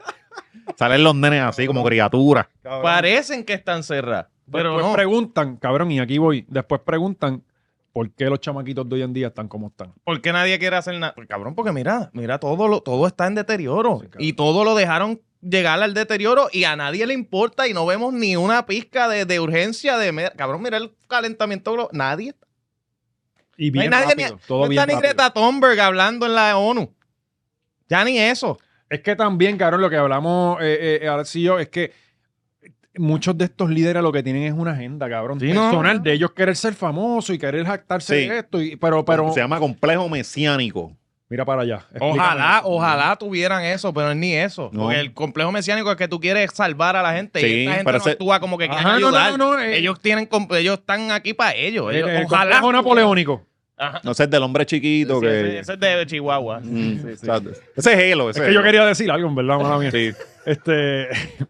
C: Salen los nenes así como criaturas.
E: Parecen que están cerradas. Pero
A: después
E: no.
A: Pues, preguntan, cabrón, y aquí voy, después preguntan por qué los chamaquitos de hoy en día están como están.
E: ¿Por qué nadie quiere hacer nada? Pues, cabrón, porque mira, mira, todo, lo, todo está en deterioro.
A: Sí, cabrón.
E: y todo lo dejaron llegar al deterioro y a nadie le importa y no vemos ni una pizca de, de urgencia de... mer- Cabrón, mira el calentamiento global. Nadie.
A: Y
E: No hay
A: bien
E: nadie,
A: rápido,
E: ni-
A: todo
E: no
A: bien
E: está ni
A: rápido.
E: Greta Thunberg hablando en la ONU. Ya ni eso.
A: Es que también, cabrón, lo que hablamos eh, eh, Alex y yo es que muchos de estos líderes lo que tienen es una agenda, cabrón,
E: Sí, no.
A: personal de ellos querer ser famoso y querer jactarse
C: Sí.
A: de esto, y, pero, pero
C: Se llama complejo mesiánico.
A: mira para allá.
E: Oh,
A: explícame
E: Ojalá,
A: eso.
E: ojalá tuvieran eso, pero es ni eso.
C: No.
E: Porque el complejo mesiánico es que tú quieres salvar a la gente
C: Sí,
E: y esta gente
C: pero
E: no
C: se-
E: actúa como que quieren
A: Ajá, no,
E: ayudar.
A: no, no, eh.
E: ellos, tienen, comp- ellos están aquí para ellos.
A: El,
E: Ellos-
A: el
E: ojalá.
A: complejo napoleónico.
E: Ajá.
C: No sé, es del hombre chiquito
E: Sí, ese,
C: que.
E: ese es de Chihuahua.
C: Mm, exacto. Ese es Halo.
A: Es
C: Ese
A: que yo quería decir algo, en verdad, mala mía.
C: Sí.
A: Este,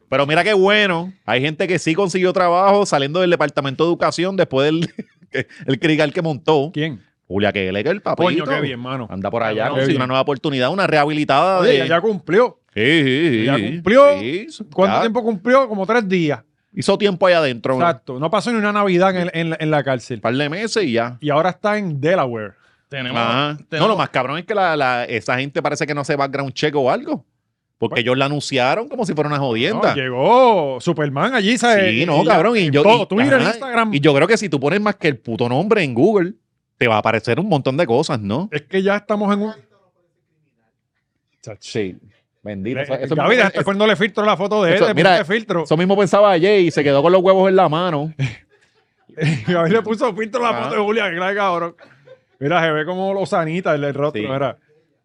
C: Pero mira qué bueno. Hay gente que sí consiguió trabajo saliendo del departamento de educación después del [LAUGHS] el crical que montó.
A: ¿quién?
C: Julia que el papito.
A: Coño, qué bien, mano.
C: Anda eh. por allá,
A: Qué
C: consiguió
A: bien.
C: una nueva oportunidad, una rehabilitada
A: Oye,
C: de.
A: ella ya cumplió.
C: Sí, sí,
A: ella
C: sí.
A: cumplió.
C: Sí,
A: ¿Cuánto
C: ya.
A: tiempo cumplió? Como tres días.
C: Hizo tiempo allá adentro. Un
A: Exacto. No pasó ni una Navidad en, el- en la- en la cárcel.
C: par de meses y ya.
A: Y ahora está en Delaware.
E: Tenemos,
C: Ajá. No,
E: tenemos-
C: lo más cabrón es que la, la- esa gente parece que no hace background check o algo.
E: Pues-
C: Porque ellos la anunciaron como si fuera una jodienda.
A: No, llegó Superman allí, ¿sabes?
E: eh,
C: sí,
A: Y-
C: no,
A: y-
C: cabrón. Y yo,
A: todo,
C: y-
A: Twitter,
C: ajá.
A: Instagram.
C: Y yo creo que si tú pones más que el puto nombre en Google, te va a aparecer un montón de cosas, ¿no?
A: Es que ya estamos en un. Chacho. Eh,
C: Sí.
E: Eh,
C: Bendito. Eso, eso
A: Gaby,
C: mismo,
A: dejaste poniéndole filtro a la foto de él.
C: Eso,
A: le
C: mira,
A: puse filtro.
C: eso mismo pensaba ayer y se quedó con los huevos en la mano.
A: [LAUGHS] Gaby le puso filtro a la
C: Ajá.
A: foto de Julia, que claro, cabrón. Mira, se ve como lo sanita el el rostro,
C: Sí.
A: mira.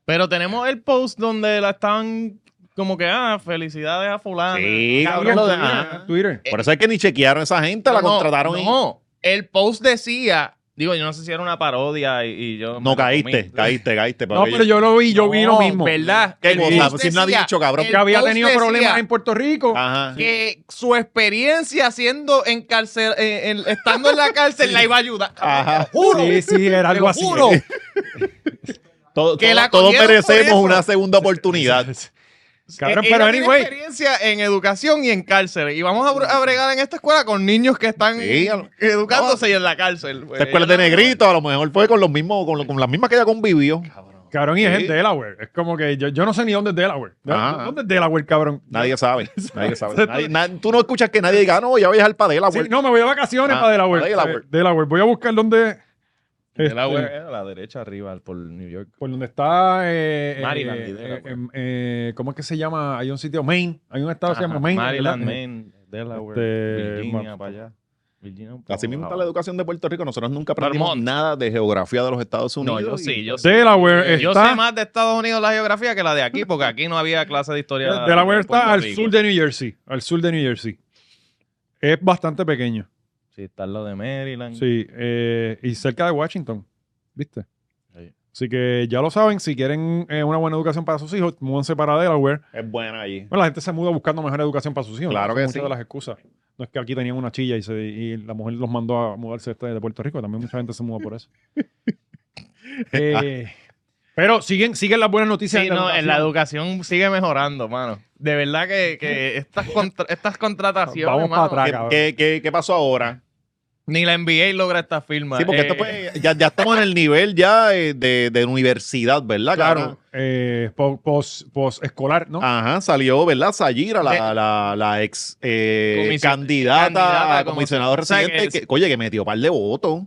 E: Pero tenemos el post donde la están como que, ah, felicidades a fulano.
C: Sí,
A: Gaby
C: cabrón.
A: en
C: lo de-
A: Twitter,
C: ajá.
A: en Twitter.
C: Por eso es que ni chequearon a esa gente, la contrataron y- no,
E: No, el post decía, digo, yo no sé si era una parodia y, y yo... me lo
C: caíste,
E: comí.
C: caíste, caíste.
A: No,
C: papi.
A: pero yo lo vi, yo vi lo
E: No,
A: mismo.
E: ¿Verdad?
C: ¿Qué
E: El
C: cosa? pues,
E: post
C: Si no ha
E: decía
C: dicho, cabrón.
E: el
A: Que había
E: post
A: tenido
E: decía
A: problemas en Puerto Rico.
C: Ajá.
E: Que su experiencia siendo en cárcel, eh, en- en- estando en la cárcel la iba a ayudar.
C: Ajá.
E: Te lo juro.
A: Sí, sí, era
E: Te
A: algo
E: lo
A: así. Eh,
E: juro.
C: Todo-
E: que
C: todo-
E: la
C: todos
E: cogieron
C: merecemos
E: por eso.
C: una segunda
E: [LAUGHS]
C: oportunidad.
A: Cabrón,
E: Eh,
A: pero
E: ella tiene
A: anyway.
E: experiencia en educación y en cárcel. Y vamos a br- a bregar en esta escuela con niños que están eh,
C: Sí, a lo-
E: educándose y en la cárcel. pues.
C: Esa escuela de negrito, a lo mejor fue con los mismos, con, lo- con las mismas que ella convivió.
A: Cabrón, y es
C: Sí.
A: en Delaware. Es como que yo, yo no sé ni dónde es Delaware. ¿De-
C: Ajá.
A: ¿Dónde es Delaware, cabrón?
C: Nadie sabe. Nadie sabe. Nadie- na- tú no escuchas que nadie diga, "Ah, no, ya voy a dejar para de la
A: Sí, no, me voy de vacaciones
C: Ah,
A: para Delaware.
C: a Delaware.
A: Eh, Delaware. Voy a buscar dónde.
E: De la,
A: este,
E: web, a la derecha arriba, por New York.
A: Por donde está. eh, eh,
E: Maryland y
A: eh,
E: Delaware.
A: em, eh, ¿Cómo es que se llama? Hay un sitio, Maine. Hay un estado que se
E: Ajá,
A: llama Maine.
E: Maryland,
A: ¿verdad?
E: Maine, Delaware,
A: Este,
E: Virginia,
A: ma-
E: para allá. Virginia, un poco
C: Así mismo
E: más
C: está la
E: abajo.
C: educación de Puerto Rico. Nosotros nunca aprendimos
E: Vermont.
C: nada de geografía de los Estados Unidos.
E: No, yo sí,
C: y-
E: yo sí.
A: Delaware
E: Eh, Yo
A: está.
E: sé más de Estados Unidos la geografía que la de aquí, porque aquí no había clase de historia.
A: Delaware
E: de Puerto
A: está al
E: Rico.
A: sur de New Jersey. Al sur de New Jersey. Es bastante pequeño.
E: Sí, está lo de Maryland.
A: Sí, eh, y cerca de Washington, ¿viste?
E: Sí.
A: Así que ya lo saben, si quieren eh, una buena educación para sus hijos, múdense para Delaware.
C: Es buena allí.
A: Bueno, la gente se muda buscando mejor educación para sus hijos.
C: Claro
A: Son
C: que
A: muchas
C: sí.
A: de las excusas. No es que aquí tenían una chilla y, se- y la mujer los mandó a mudarse este de Puerto Rico. También mucha gente se muda por
C: [LAUGHS]
A: eso. Eh, pero siguen, siguen las buenas noticias.
E: Sí,
A: de
E: no, en la
A: educación.
E: educación sigue mejorando, mano. De verdad que, [LAUGHS] que estas, contra- estas contrataciones.
A: Vamos para
E: mano,
A: atrás,
C: ¿Qué,
A: cabrón.
C: qué- qué- qué pasó ahora?
E: Ni la NBA logra esta firma.
C: Sí, porque
E: Eh,
C: esto pues, ya, ya estamos en el nivel ya eh, de, de universidad, ¿verdad?
A: Claro,
C: Ahora-
A: eh, po- pos, pos escolar, ¿no?
C: Ajá, salió, ¿verdad? Sayira, la,
E: De-
C: la, la ex eh,
E: Comision-
C: candidata,
E: candidata
C: a
E: como-
C: comisionado
E: sea, que
C: residente,
E: es-
C: que, oye, que metió par de votos.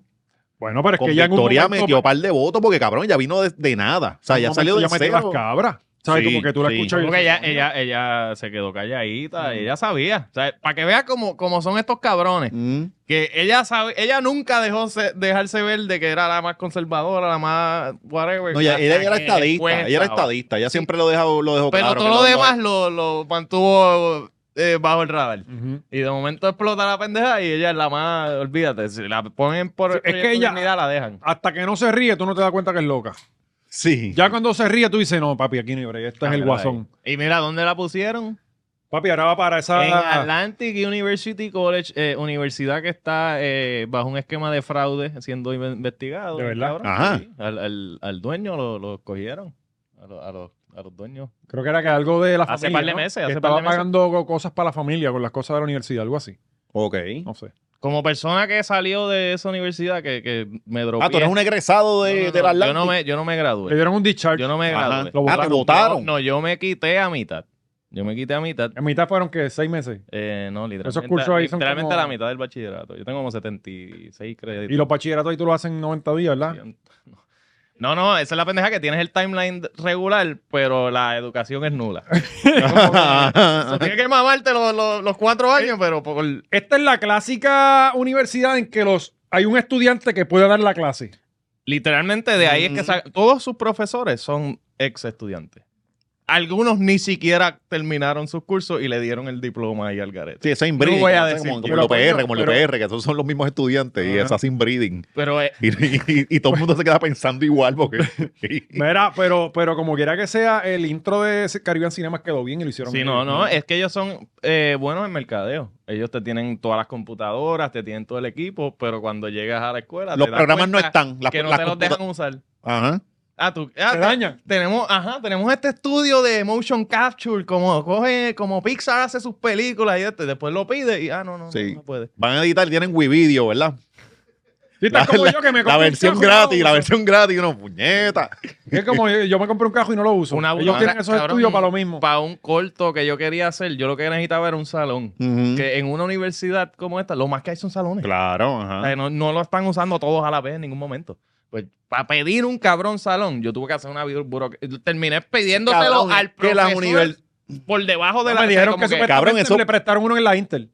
A: bueno, pero es
C: Con
A: Pues que ya en un
C: Victoria
A: momento,
C: metió par de votos porque, cabrón, ya vino de, de nada. O sea,
A: en
C: ya
A: un
C: salió
A: momento
C: de
A: ya metió las
C: cero.
A: cabras. ¿Sabes?
C: Sí,
A: como que tú la
C: sí.
A: escuchas. y-
B: Porque ella, ella, ella se quedó calladita, ella sabía. O sea, para que veas cómo, cómo son estos cabrones.
C: Mm.
B: Que ella sabe, ella nunca dejó se- dejarse ver de que era la más conservadora, la más whatever.
C: No, ella, ella era
B: Que
C: estadista,
B: cuesta,
C: ella era
B: bro.
C: estadista, ella siempre lo dejó, lo dejó
B: Pero
C: claro.
B: todo
C: que
B: lo
C: no-
B: demás lo, lo mantuvo eh, bajo el radar.
A: Ujú.
B: Y de momento explota la pendeja y ella es la más, olvídate, si la ponen por
A: Sí, es que
B: proyecto de
A: ella-
B: dignidad, la dejan.
A: Hasta que no se ríe, tú no te das cuenta que es loca.
C: Sí.
A: Ya cuando se ríe, tú dices, no, papi, aquí no hay break, Este es el
B: Mírala
A: guasón.
B: ahí. Y mira, ¿dónde la pusieron?
A: Papi, ahora va para esa.
B: En
C: Ah.
B: Atlantic University College, eh, universidad que está eh, bajo un esquema de fraude siendo inve- investigado.
A: ¿De verdad?
B: cabrón.
C: Ajá.
B: Sí, Al, al- al dueño lo, lo cogieron. A, lo- a los- a los dueños.
A: Creo que era que algo de la
B: Hace
A: familia.
B: par de
A: ¿no?
B: meses,
A: Que
B: hace
A: estaba
B: par de meses.
A: pagando co- cosas para la familia con las cosas de la universidad, algo así.
C: Ok.
A: No sé.
B: Como persona que salió de esa universidad que, que me dropié.
C: Ah, tú eres un egresado de,
B: No, no, no,
C: de la
B: yo no
C: [LAUGHS] Atlantic.
B: me Yo no me
A: Le
B: gradué.
A: dieron un discharge.
B: Yo no me
C: Ajá.
B: gradué.
A: Lo
C: Ah, te
A: votaron.
C: votaron.
B: No, yo me quité a mitad. Yo me quité a mitad.
A: En mitad fueron que seis meses.
B: Eh, no, literalmente.
A: Esos cursos ahí son
B: literalmente
A: como-
B: a la mitad del bachillerato. Yo tengo como 76 créditos.
A: Y los bachilleratos ahí tú lo hacen en 90 días, ¿verdad?
B: No, no, esa es la pendeja que tienes el timeline regular, pero la educación
C: [LAUGHS]
B: es nula. Eso Tienes que mamarte los, los- los cuatro años, pero por...
A: Esta es la clásica universidad en que los hay un estudiante que puede dar la clase.
B: literalmente de ahí es que
C: Mm.
B: sa- todos sus profesores son ex estudiantes. Algunos ni siquiera terminaron sus cursos y le dieron el diploma ahí al garete.
C: Sí, esa inbreeding.
B: No voy a
C: como-
B: decir.
C: como,
A: Pero,
C: como el OPR,
A: coño,
C: como el
A: pero-
C: OPR, que todos son los mismos estudiantes y
A: Ajá.
C: esa es inbreeding. [LAUGHS]
B: Pero eh,
C: Y, y- y todo el mundo se queda pensando igual porque. [LAUGHS]
A: Mira, pero, pero como quiera que sea, el intro de Caribbean Cinemas quedó bien y lo hicieron
B: Sí,
A: bien.
B: no, no, es que ellos son eh, buenos en mercadeo. Ellos te tienen todas las computadoras, te tienen todo el equipo, pero cuando llegas a la escuela...
C: los
B: te das
C: programas no
B: cuenta
C: están. Las,
B: Que no
C: las
B: te los
C: computa-
B: dejan usar.
C: Ajá.
B: Ah, tú... ah,
A: Te dañan.
B: Tenemos, ajá, tenemos este estudio de motion capture, como coge, como Pixar hace sus películas y este, después lo pide y ah, no, no,
C: Sí.
B: no, no puede.
C: Van a editar, tienen WeVideo, ¿verdad?
A: Sí, estás
C: La-
A: como yo que me
C: La
A: compré un
C: versión
A: cajo y no
C: gratis,
A: lo
C: la
A: [LAUGHS] uso.
C: versión gratis, uno, puñeta.
A: Es como yo, yo me compré un cajo y no lo uso.
B: Una
A: Ellos tienen
B: burra,
A: esos
B: cabrón.
A: estudios para lo mismo.
B: Para un corto que yo quería hacer, yo lo que necesitaba era un salón.
C: Ujú.
B: Que en una universidad como esta, lo más que hay son salones.
C: Claro,
B: O
C: ajá.
B: sea, no, no lo están usando todos a la vez en ningún momento. Pues para pedir un cabrón salón, yo tuve que hacer una burocracia. Terminé pidiéndoselo
C: Cabrón,
B: al
C: que las
B: profesor
C: univers-
B: por debajo de la
A: me dijeron que,
B: como
A: supuestamente
C: Cabrón, eso-
A: le prestaron uno en la Intel.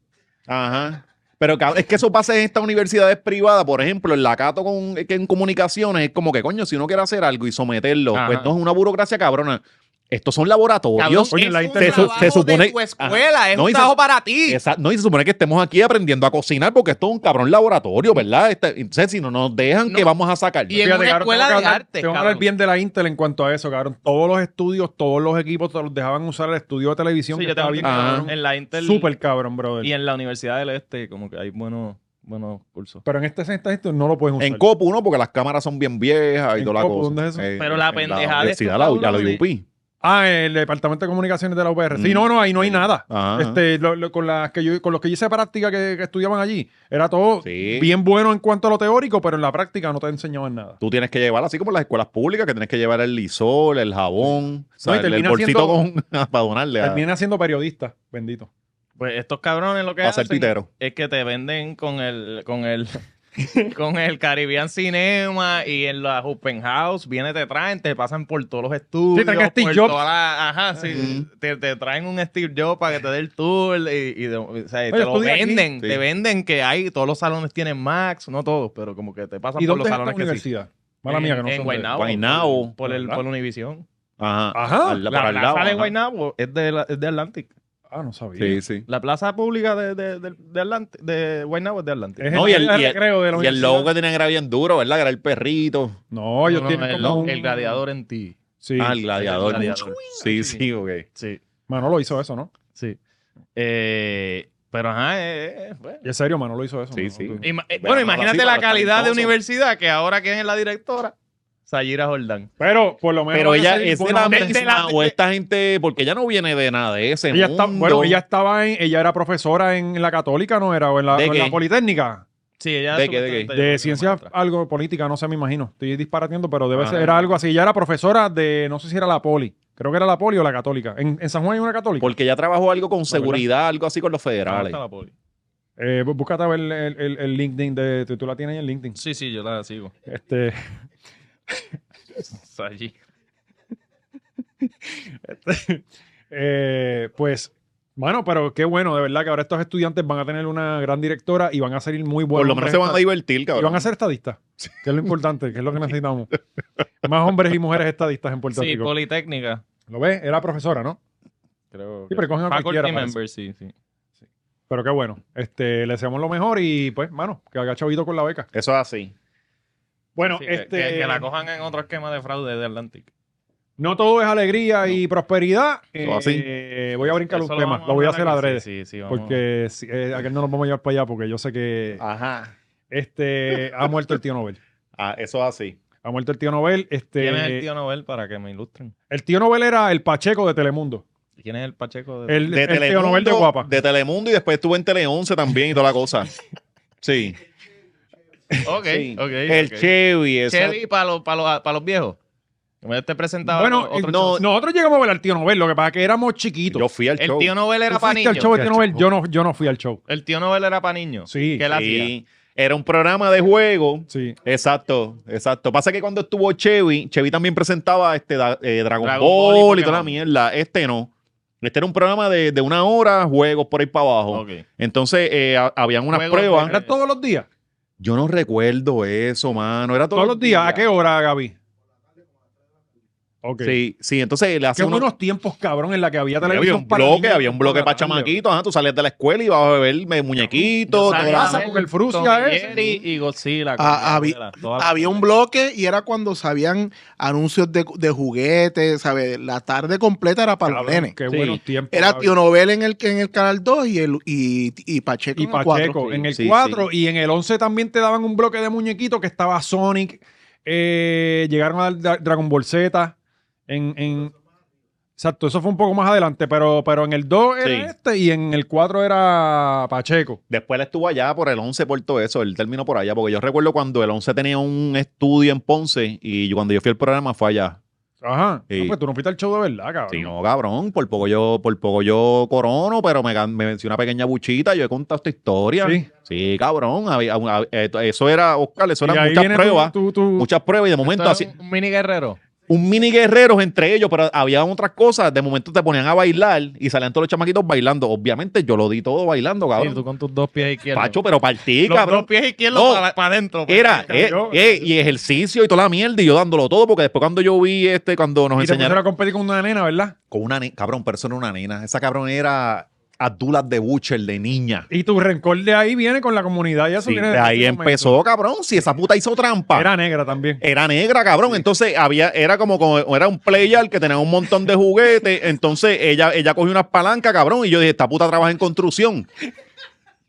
C: Ajá. Pero cab- es que eso pasa en estas universidades privadas, por ejemplo, el lacato con, que en comunicaciones es como que, coño, si uno quiere hacer algo y someterlo,
B: Ajá.
C: pues esto es una burocracia cabrona. Estos son laboratorios.
B: Dios,
A: Coño,
B: es
A: la
B: un
A: internet-
B: trabajo
C: se- se supone-
B: de tu escuela, es
C: No, y
B: un
C: se-
B: trabajo para ti. [LAUGHS]
C: Esa- no, y se supone que estemos aquí aprendiendo a cocinar porque esto es un cabrón laboratorio, ¿verdad? Este, entonces, si no nos dejan,
B: No.
C: que vamos a sacar?
B: Y en una
A: cabrón,
B: escuela
A: tengo que
B: de
A: hablar-
B: arte,
A: Tengo que hablar
B: cabrón.
A: bien de la Intel en cuanto a eso, cabrón. Todos los estudios, todos los equipos te los dejaban usar el estudio de televisión.
B: Sí,
A: que
B: yo
A: estaba
B: tengo
A: bien,
B: que-
C: Ajá.
A: cabrón.
B: en la Intel
A: Súper cabrón, brother.
B: y en la Universidad del Este, como que hay buenos, buenos cursos.
A: Pero en este sexto no lo pueden usar.
C: En Copu, ¿no? Porque las cámaras son bien viejas y
A: ¿En
C: toda la
A: Copu?
C: cosa.
A: ¿Dónde es eso?
C: Eh,
B: Pero la
C: en
B: pendeja
C: la
B: de
C: universidad,
B: estos
C: la, la
B: cabrones.
C: UP.
A: ah, el Departamento de Comunicaciones de la UPR. Sí,
C: Mm.
A: no, no, ahí no hay nada.
C: Ajá.
A: Este, lo- lo- con, las que yo, con los que yo hice práctica que, que estudiaban allí, era todo
C: Sí.
A: bien bueno en cuanto a lo teórico, pero en la práctica no te enseñaban nada.
C: Tú tienes que llevar, así como en las escuelas públicas, que tienes que llevar el lisol, el jabón, o sea,
A: No, y
C: el, el
A: termina
C: bolsito
A: siendo-
C: con, [LAUGHS] para donarle a,
A: Terminan siendo periodistas, bendito.
B: Pues estos cabrones lo que
C: para ser
B: hacen
C: pitero.
B: es que te venden con el, con el, [LAUGHS] con el Caribbean Cinema y en la open house, viene, te traen, te pasan por todos los estudios.
A: traen a Steve
B: por
A: Jobs.
B: toda la- ajá, sí, te, te traen un Steve Jobs para que te dé el tour y, y de- o sea, te lo
A: estudia aquí.
B: venden,
C: Sí.
B: te venden que hay, todos los salones tienen Max, no todos, pero como que te pasan
A: ¿Y
B: por
A: dónde
B: los
A: es esta
B: salones que sí.
A: universidad? Mala
B: en,
A: mía que no
B: en
A: sé dónde es.
B: Guaynabo,
C: Guaynabo.
B: Por, el,
A: ¿Verdad?
B: por Univision.
C: Ajá.
A: Ajá.
C: Al-
B: La,
C: para el
B: plaza
C: lado,
B: de
C: ajá.
B: Guaynabo es de, la- es de Atlantic.
A: Ah, no sabía.
C: Sí, sí.
B: La plaza pública de, de, de, de Atlantic, de Guaynabo es de Atlantic.
A: Es
C: No,
A: el,
C: y el-
A: área de
C: y el-
A: recreo de la
C: Y el
A: universidad.
C: logo que tenían era bien duro, ¿verdad? Que era el perrito.
A: No, ellos
B: No, no,
A: tienen
B: el,
A: como un...
B: el gladiador en ti.
A: Sí.
C: ah, el gladiador.
B: el gladiador.
C: Sí, sí, ok.
B: Sí,
A: Manolo hizo eso, ¿no?
B: sí. Eh, pero ajá, eh, eh, bueno.
A: En serio, Manolo hizo eso.
C: Sí,
A: Manolo,
C: sí.
A: tú-
B: Ima-
C: Veamos
B: eh, bueno,
C: la
B: imagínate
C: cita,
B: la
C: está
B: calidad de
C: talentoso.
B: universidad que ahora que es la directora, Sayira Jordán.
A: Pero por lo menos...
C: Pero
A: van a
C: ella
A: ser
C: es de
A: buenos
C: la
A: hombres.
B: desde
C: misma,
B: la-
C: o esta gente, porque ella no viene de nada de ese
A: Ella está,
C: mundo.
A: bueno, ella estaba en, ella era profesora en la católica, ¿no era? O en la,
C: ¿De
A: o en
C: qué?
A: la Politécnica.
B: Sí, ella
C: ¿De qué, de qué?
B: supuestamente yo creo que
A: De
B: es
A: ciencia,
B: maestra.
A: algo política, no sé, me imagino. Estoy disparateando, pero debe
C: Ajá.
A: ser, era algo así. Ella era profesora de, no sé si era la poli. Creo que era la poli o la católica. En, en San Juan hay una católica.
C: Porque ella trabajó algo con seguridad, algo así con los
B: Ah,
C: federales.
B: está la poli.
A: Eh, bú- búscate a ver el, el- el LinkedIn de. Tú, tú la tienes ahí en LinkedIn.
B: Sí, sí, yo la sigo.
A: Este,
B: Sayira.
A: Este, [LAUGHS] eh, pues, bueno, pero qué bueno, de verdad que ahora estos estudiantes van a tener una gran directora y van a salir muy buenos.
C: Por lo menos
A: hombres
C: se van a
A: estad-
C: divertir,
A: y van
C: cabrón.
A: a ser estadistas, que es lo importante, que es lo que necesitamos. Más hombres y mujeres estadistas en Puerto
B: Sí,
A: Rico.
B: Politécnica.
A: ¿Lo ves? Era profesora, ¿no?
B: Creo
A: Sí,
B: que-
A: pero cogen a
B: Faculty
A: cualquiera, parece.
B: member, sí, sí.
A: Pero qué bueno. Este, le deseamos lo mejor y pues, mano, que haga chavito con la beca.
C: Eso es así.
A: Bueno,
B: Sí, que-
A: este.
B: que, que la cojan en otro esquema de fraude de Atlantic.
A: No todo es alegría y prosperidad.
C: Todo así.
A: Eh, voy a brincar
B: Eso
A: un tema.
B: vamos
A: Lo voy a hacer
B: hablar aquí.
A: adrede.
B: Sí, sí, sí, vamos.
A: Porque si- eh, aquel no nos vamos a llevar para allá porque yo sé que
C: Ah. Ajá.
A: este ha muerto el tío Nobel.
C: Ah, eso es así.
A: Ha muerto el tío Nobel. Este,
B: ¿Quién es el tío Nobel para que me ilustren?
A: Nobel era el Pacheco de Telemundo.
B: ¿Quién es el Pacheco de
A: El, el tío Nobel de Guapa.
C: de Telemundo y después estuvo en Tele 11 también y toda la cosa. Sí.
B: Ok,
C: sí.
B: ok.
C: el
B: ok.
C: Chevy. eso-
B: Chevy para los para los- para los viejos. Que me te presentaba
A: Bueno,
B: otro- otro
A: eh, no-
B: show.
A: nosotros llegamos a ver al tío Nobel, lo que pasa es que éramos chiquitos.
C: Yo fui al
B: el
C: show.
B: tío Nobel era
A: ¿Tú
B: para
A: fuiste al
B: niños.
A: show del tío
C: Chacho.
A: Nobel? Yo no, yo no fui al show.
B: El tío Nobel era para niños.
A: Sí,
B: Que Eh, él hacía.
C: Sí. Era un programa de juego.
A: sí.
C: Exacto, exacto. Pasa que cuando estuvo Chevy, Chevy también presentaba este da- eh, Dragon,
B: Dragon
C: Ball,
B: Ball y
C: y toda la
B: Pokémon.
C: mierda. Este no. Este era un programa de, de una hora, juegos por ahí para abajo.
B: Ok.
C: Entonces, eh, ha- habían unas
B: Juegos
C: pruebas.
B: de-
A: ¿Era todos los días?
C: Yo no recuerdo eso, mano. Era
A: ¿Todos los días? ¿A qué hora, Gaby? Ok.
C: Sí, sí. Entonces, le
A: Qué
C: hacía unos-
A: buenos tiempos, cabrón, en la que había
C: Había
A: televisión
C: un
A: para
C: bloque,
A: niños
C: había un bloque
A: por la
C: para
A: tarde,
C: chamaquitos. Ajá, tú salías de la escuela y ibas a beber eh, muñequitos.
B: Yo
C: toda
B: salía
C: la-
B: a ver
A: porque el Frucia
B: Tom y
A: es-
B: Jerry y Godzilla.
F: Ah,
B: con
F: habí-
B: la novela, toda la-
F: Había un bloque y era cuando sabían anuncios de, de juguetes, ¿sabes? La tarde completa era para los
A: cabrón.
F: nenes.
A: Qué
C: Sí.
A: buenos tiempos.
F: Era
A: Gaby.
F: Tío Nobel en el, en el Canal 2 y, el, y, y Pacheco
A: y
F: en el
A: Pacheco
F: 4.
A: en el
C: Sí,
A: 4 y en el 11 también te daban un bloque de muñequitos que estaba Sonic eh, llegaron a dar Dragon Ball Z en, en- exacto eso fue un poco más adelante pero, pero en el 2 era
C: Sí.
A: este y en el 4 era Pacheco
C: Después él estuvo allá por el 11 por todo eso, él terminó por allá, porque yo recuerdo cuando el 11 tenía un estudio en Ponce y yo- cuando yo fui al programa fue allá.
A: ajá
C: Sí.
A: No, pues tú no fuiste al show de verdad cabrón
C: Sí, no, cabrón, por poco yo, por poco yo corono, pero me, gan- me vencí una pequeña buchita, yo he contado esta historia. Sí,
A: Sí.
C: cabrón, había- hab- eh, eso era, Oscar, eso
A: Y
C: eran
A: ahí
C: muchas
A: viene tu-
C: pruebas,
A: tu- tu-
C: muchas pruebas y de momento
B: Esto
C: así,
B: era un- un mini guerrero.
C: un mini guerreros entre ellos, pero había otras cosas, de momento te ponían a bailar y salían todos los chamaquitos bailando, obviamente yo lo di todo bailando,
B: Y
C: cabrón.
B: tú con tus dos pies izquierdos.
C: Pacho, pero partí,
B: los
C: cabrón.
B: dos pies izquierdos
C: No.
B: para, adentro. pues. [LAUGHS]
C: Era,
A: Pero [LAUGHS] yo-
C: eh, eh, y ejercicio y toda la mierda, y yo dándolo todo, porque después cuando yo vi este, cuando
A: y
C: nos
A: te pusieron
C: enseñaron
A: a competir con una nena ¿verdad?
C: con una nena, cabrón, pero eso era una nena, esa cabrón era Abdullah de Butcher, de niña.
A: y tu rencor de ahí viene con la comunidad y eso
C: Sí,
A: viene
C: de
A: desde
C: ahí
A: ese
C: empezó, Eh,
A: momento.
C: cabrón, si esa puta hizo trampa. Era,
A: era negra también
C: negra, cabrón, entonces había, era como, como- era un player que tenía un montón de juguetes, entonces ella, ella cogió unas palancas, cabrón, y yo dije, esta puta trabaja en construcción.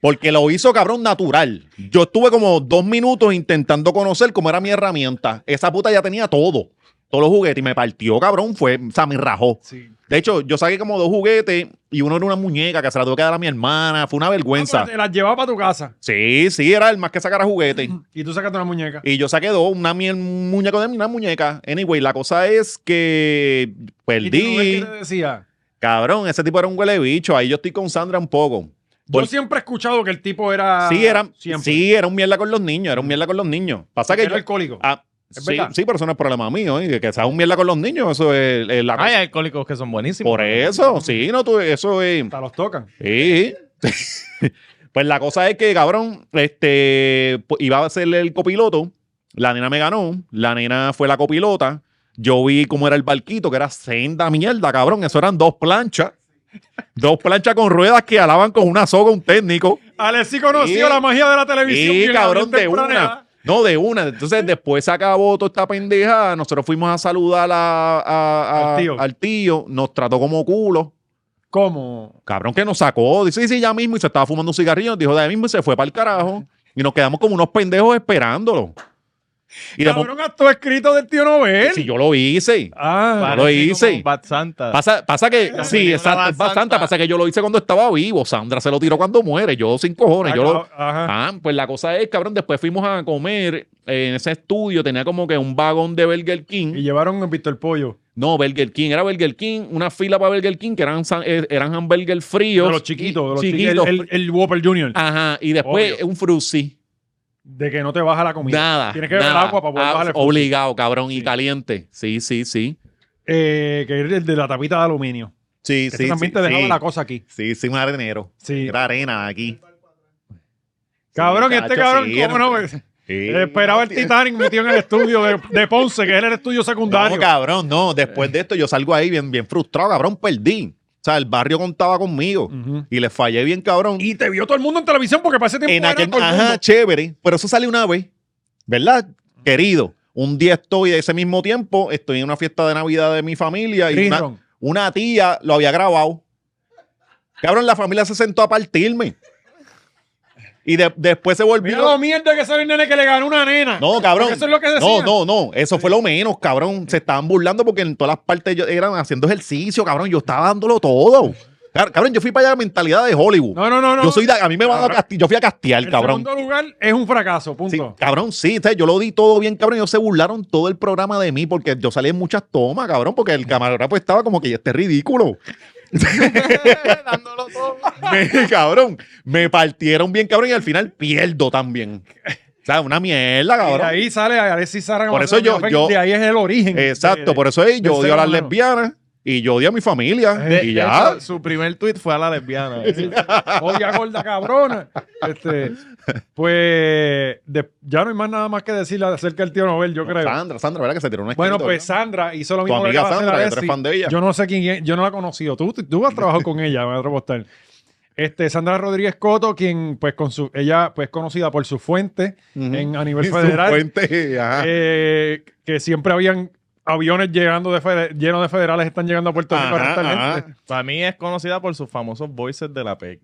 C: Porque lo hizo cabrón natural. Yo estuve como dos minutos intentando conocer cómo era mi herramienta. Esa puta ya tenía todo. Todos los juguetes. Y me partió, cabrón. Fue, o sea, me rajó.
A: sí.
C: De hecho, yo saqué como dos juguetes y uno era una muñeca que se la tuve que dar a mi hermana. Fue una vergüenza.
A: Ah, pero te las llevaba para tu casa
C: Sí, sí, era el más que sacara juguetes.
A: y tú sacaste una muñeca
C: Y yo saqué dos, una mie- un muñeco de mi, una muñeca. Anyway, la cosa es que
A: y tú, ¿qué
C: perdí.
A: te decía
C: Cabrón, ese tipo era un huele bicho. Ahí yo estoy con Sandra un poco.
A: Yo
C: Por-
A: siempre he escuchado que el tipo era.
C: Sí, era,
A: Ah, Siempre.
C: sí, era un mierda con los niños, era un mierda con los niños. Pasa que
A: era
C: yo...
A: alcohólico.
C: ah,
A: ¿Es
C: sí,
A: verdad?
C: sí, pero eso no es problema mío, ¿eh? que sea un mierda con los niños, eso es, es la
B: Hay
C: cosa.
B: alcohólicos que son buenísimos.
C: Por eso, sí, no, tú, eso es...
A: Hasta los tocan.
C: Sí. [LAUGHS] pues la cosa es que, cabrón, este, pu- iba a ser el copiloto. La nena me ganó. La nena fue la copilota. Yo vi cómo era el barquito, que era senda mierda, cabrón. Eso eran dos planchas. Dos planchas con ruedas que alaban con una soga un técnico.
A: Alex sí conoció
C: Sí.
A: la magia de la televisión.
C: Y
A: bien
C: cabrón, de
A: temprana
C: una.
A: edad.
C: No, de una. Entonces, después se acabó toda esta pendeja. Nosotros fuimos a saludar a- a- a-
A: Al tío.
C: al tío. Nos trató como culo.
A: ¿Cómo?
C: Cabrón que nos sacó, dice, sí, sí, ya mismo, y se estaba fumando un cigarrillo, dijo de ahí mismo y se fue para el carajo. Y nos quedamos como unos pendejos esperándolo. Y de
A: Cabrón, acto escrito del tío Nobel.
C: mo- si yo lo hice.
A: Ah,
C: Vale. lo hice.
B: Bad Santa.
C: Pasa, pasa que,
B: Esa
C: sí,
B: película
C: exacto,
B: va
C: es bastante,
B: santa.
C: pasa que yo lo hice cuando estaba vivo. Sandra se lo tiró cuando muere, yo sin cojones. Yo lo-
A: Ajá.
C: Ah, pues la cosa es, cabrón, después fuimos a comer eh, en ese estudio, tenía como que un vagón de Burger King.
A: Y llevaron a Víctor Pollo.
C: No, Burger King, era Burger King, una fila para Burger King que eran, san- eh, eran hamburger fríos.
A: de los chiquitos, de los
C: Chiquitos,
A: chiquitos. El, el- el Whopper Jr.
C: Ajá, y después
A: Obvio.
C: un fruzzi.
A: De que no te baja la comida.
C: Nada. Ah,
A: Tienes que beber
C: nada.
A: agua para poder
C: Ah,
A: bajar el
C: Obligado, cabrón, y caliente. Sí, sí, sí.
A: eh, que es el de la tapita de aluminio.
C: Sí,
A: Ese
C: sí, sí,
A: también te dejaba
C: sí.
A: la cosa aquí.
C: Sí, sí, un arenero.
A: Sí.
C: Era arena aquí.
A: Cabrón,
C: Sí,
A: este
C: cacho,
A: cabrón,
C: sí,
A: ¿cómo
C: era-
A: no? Eh,
C: Sí.
A: Esperaba el Titanic metido en el estudio de, de Ponce, que era el estudio secundario.
C: No, cabrón, no. Después de esto yo salgo ahí bien, bien frustrado, cabrón, perdí. O sea, el barrio contaba conmigo
A: Ujú.
C: y le fallé bien, cabrón.
A: Y te vio todo el mundo en televisión porque para ese tiempo
C: en
A: era
C: aquel,
A: todo el mundo. Mm.
C: ajá, chévere, pero eso sale una vez, ¿verdad? Querido, un día estoy de ese mismo tiempo, estoy en una fiesta de Navidad de mi familia y
A: Green
C: una,
A: Room.
C: una tía lo había grabado. Cabrón, la familia se sentó a partirme. Y de- después se volvió.
A: Mira lo mierda que sale el nene que le ganó una nena.
C: No, cabrón.
A: Porque eso es lo que
C: no,
A: decían.
C: no, no. Eso fue lo menos, cabrón. Se estaban burlando porque en todas las partes ellos eran haciendo ejercicio, cabrón. Yo estaba dándolo todo. Car- Cabrón, yo fui para allá la mentalidad de Hollywood.
A: No, no, no. no.
C: yo soy de- a mí me van a
A: Cabrón.
C: casti- yo fui a castear,
A: el
C: cabrón.
A: segundo lugar es un fracaso, punto.
C: Sí, cabrón, sí, o sea, yo lo di todo bien, cabrón. Ellos se burlaron todo el programa de mí porque yo salí en muchas tomas, cabrón, porque el camarógrafo estaba como que ya este ridículo.
B: Dándolo todo.
C: Me- [LAUGHS] cabrón, me partieron bien, cabrón, y al final pierdo también. O sea, una mierda,
A: Y de
C: cabrón.
A: ahí sale Alexis Zárraga.
C: Por eso
A: González,
C: yo-
A: Fe-
C: yo-
A: De ahí es el origen.
C: Exacto, por eso eh,
A: del
C: yo odio
A: ser
C: a las
A: humano.
C: lesbianas y yo odio a mi familia.
A: De-
C: y ya.
B: su primer tweet fue a
A: [LAUGHS]
B: la lesbiana.
A: Odia gorda cabrona. Este, pues de- ya no hay más nada más que decir acerca del tío Nobel, yo creo.
C: Sandra, Sandra, ¿verdad? Que se tiró una
A: Bueno,
C: esquina,
A: pues Sandra hizo lo
C: Tu
A: mismo que
C: amiga
A: acaba de hacer
C: Sandra, que tú
A: Alexis.
C: eres fan de ella.
A: Yo no sé quién es, yo no la he conocido. Tú, tú has trabajado con ella, me atrevo a apostar. Este, Sandra Rodríguez Coto, quien pues con su, ella pues conocida por su fuente
C: Ujú.
A: en,
C: [LAUGHS]
A: a
C: ¿verdad?
A: nivel
C: Mm. Su
A: federal.
C: fuente, Ah. ajá.
A: eh, que siempre habían aviones llegando de fede- llenos de federales están llegando a Puerto Rico a
C: Ajá,
A: arrestar gente.
C: ajá.
B: Para mí es conocida por sus famosos voices de la PEC.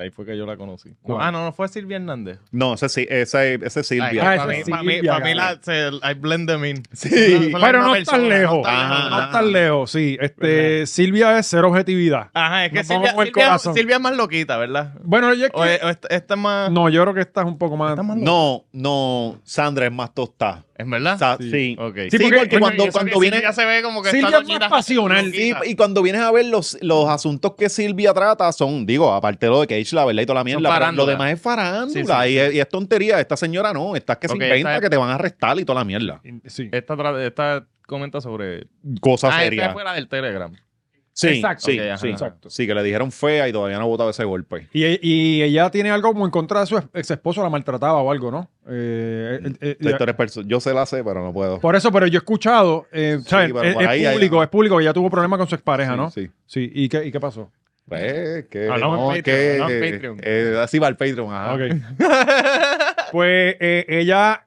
B: Ahí fue que yo la conocí.
A: ¿Cuál?
B: ah, no, no fue Silvia Hernández.
C: No, ese sí, ese, ese es Silvia.
A: Ah,
B: para
A: esa
B: mí,
A: es
B: pa' mí,
A: Silvia,
B: pa' mí
A: cabrón.
B: la, se, I blend them in.
C: Sí.
B: Son la
A: Pero
B: misma
A: no
B: persona,
A: tan lejos.
B: tan
C: Ajá,
B: lejos.
A: No tan lejos, sí. Este, Silvia es cero objetividad.
B: Ajá, es que
A: Nos vamos
B: Silvia,
A: con el
B: Silvia-
A: corazón.
B: Silvia es más loquita, ¿verdad?
A: Bueno, ella es que-
B: O, es- o esta, esta es más...
A: no, yo creo que esta es un poco más.
B: esta es más loca.
C: No, no, Sandra es más tostada.
B: ¿Es verdad?
C: O sea,
A: Ah, Sí.
C: sí.
B: Ok.
C: Sí,
A: porque-
C: porque,
A: coño,
C: cuando, cuando viene...
B: Ya se ve como que
A: Silvia
B: está
A: es más
B: loquita.
A: pasional.
C: Sí,
B: Loquita.
C: y cuando vienes a ver los, los asuntos que Silvia trata son, digo, aparte de lo de Cage, la verdad y toda la mierda, pero
B: farándula.
C: lo demás es farándula
B: Sí, sí,
C: y, es- y es tontería. Esta señora no, estas que
B: Ok,
C: se inventa
B: esta es-
C: que te van a arrestar y toda la mierda.
A: Sí.
B: Esta, tra- esta comenta sobre...
C: Cosa
B: Ah, esta
C: seria.
B: fue la del Telegram.
C: Sí,
A: Exacto.
C: sí,
B: Ok, ajá,
C: sí,
B: ajá.
A: Exacto.
C: sí, que le dijeron fea y todavía no ha votado ese golpe.
A: Y, y ella tiene algo como en contra de su ex esposo, la maltrataba o algo, ¿no? Eh, eh, eh,
C: Tú eres perso- Yo se la sé, pero no puedo.
A: por eso, pero yo he escuchado, eh,
C: Sí,
A: ¿sabes?
C: pero
A: es,
C: por
A: es
C: ahí hay-
A: público, es público, ella tuvo problemas con su expareja,
C: Sí,
A: ¿no? Sí.
C: Sí.
A: ¿Y, qué, ¿Y qué pasó?
C: Pues, que,
B: Hablamos
C: no,
B: Ah, en Patreon,
C: que-
B: hablamos en Patreon.
C: eh, así va el Patreon, ajá. [LAUGHS]
A: Ok. pues eh, ella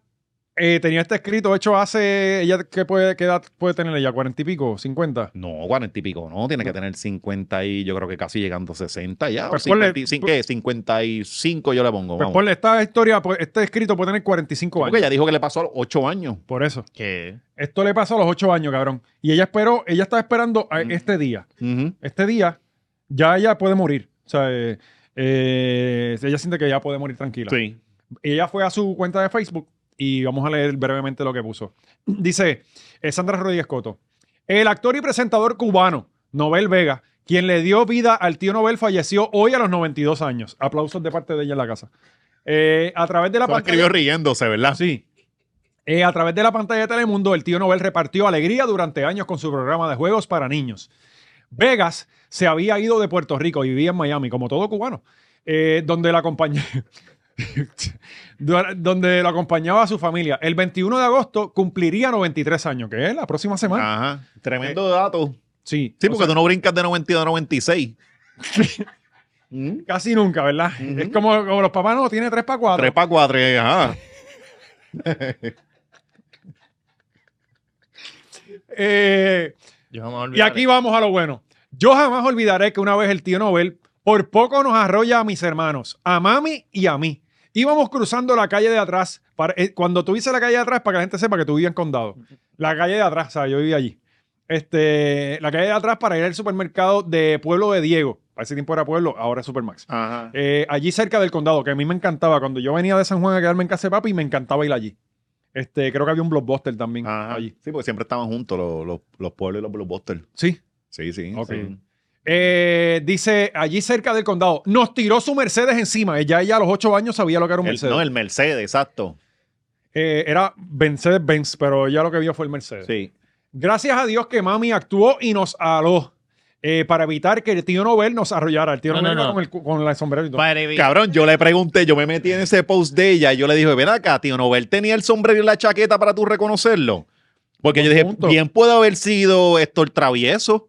A: eh, tenía este escrito hecho hace, ella ¿qué, puede, qué edad puede tener ella? ¿Cuarenta y pico? ¿Cincuenta?
C: No, cuarenta y pico, no. Tiene que tener 50 y yo creo que casi llegando a 60 ya. o
A: Pues
C: 50
A: ponle-
C: y- cin- ¿qué? 55 yo le pongo.
A: Pues
C: vamos.
A: ponle esta historia, pues, este escrito puede tener 45
C: Porque
A: años.
C: ella dijo que le pasó a los 8 años.
A: Por eso.
B: ¿Qué?
A: Esto le pasó a los ocho años, cabrón. Y ella esperó, ella estaba esperando a
C: Mm.
A: este día.
C: Ujú.
A: este día ya ella puede morir. O sea, eh, eh, ella siente que ya puede morir tranquila.
C: Sí.
A: Ella fue a su cuenta de Facebook y vamos a leer brevemente lo que puso. Dice eh, Sandra Rodríguez Coto, el actor y presentador cubano Nobel Vega, quien le dio vida al tío Nobel, falleció hoy a los 92 años. Aplausos de parte de ella en la casa. Eh, a través de la
C: Se lo escribió riéndose, ¿verdad?
A: Sí. Eh, a través de la pantalla de Telemundo, el tío Nobel repartió alegría durante años con su programa de juegos para niños. Vegas se había ido de Puerto Rico y vivía en Miami, como todo cubano, eh, donde la [LAUGHS] acompañaba. donde lo acompañaba a su familia. El 21 de agosto cumpliría 93 años, que es la próxima semana.
C: Ajá. Tremendo dato.
A: sí,
C: Ah. Sí,
A: o
C: porque
A: sea,
C: tú no brincas de 92 a 96. ¿Mm?
A: casi nunca, ¿verdad?
C: Ujú.
A: Es como, como los papás, no, tiene 3 para 4.
C: 3 para 4,
A: [LAUGHS]
C: eh, ajá.
B: Yo jamás
A: Eh, Y
B: olvidaré.
A: aquí vamos a lo bueno. Yo jamás olvidaré que una vez el tío Nobel por poco nos arrolla a mis hermanos, a mami y a mí. Íbamos cruzando la calle de atrás. para- eh, cuando tú dices la calle de atrás, para que la gente sepa que tú vivías en condado. La calle de atrás, o sea, yo vivía allí. Este, la calle de atrás para ir al supermercado de Pueblo de Diego. A ese tiempo era Pueblo, ahora es Supermax.
C: Ajá.
A: Eh, allí cerca del condado, que a mí me encantaba. Cuando yo venía de San Juan a quedarme en casa de papi, me encantaba ir allí. Este, creo que había un blockbuster también
C: Ajá.
A: allí.
C: Sí, porque siempre estaban juntos los, los, los pueblos y los blockbusters.
A: Sí.
C: Sí, sí.
A: Ok.
C: sí.
A: Eh, dice, allí cerca del condado, nos tiró su Mercedes encima. Ella, ella a los ocho años sabía lo que era un
C: El-
A: Mercedes.
C: no, el Mercedes, exacto.
A: Eh, era Mercedes Benz, pero ella lo que vio fue el Mercedes.
C: Sí.
A: Gracias a Dios que mami actuó y nos aló. eh, para evitar que el tío Nobel nos arrollara. El tío
E: No,
A: Nobel
E: no,
A: iba
E: no.
A: Con, el, cu- con la sombrero y todo.
E: Para evi-
C: Cabrón, yo le pregunté, yo me metí en ese post de ella y yo le dije, ven acá, tío Nobel tenía el sombrero y la chaqueta para tú reconocerlo. Porque yo dije,
A: punto.
C: bien puede haber sido Héctor Travieso,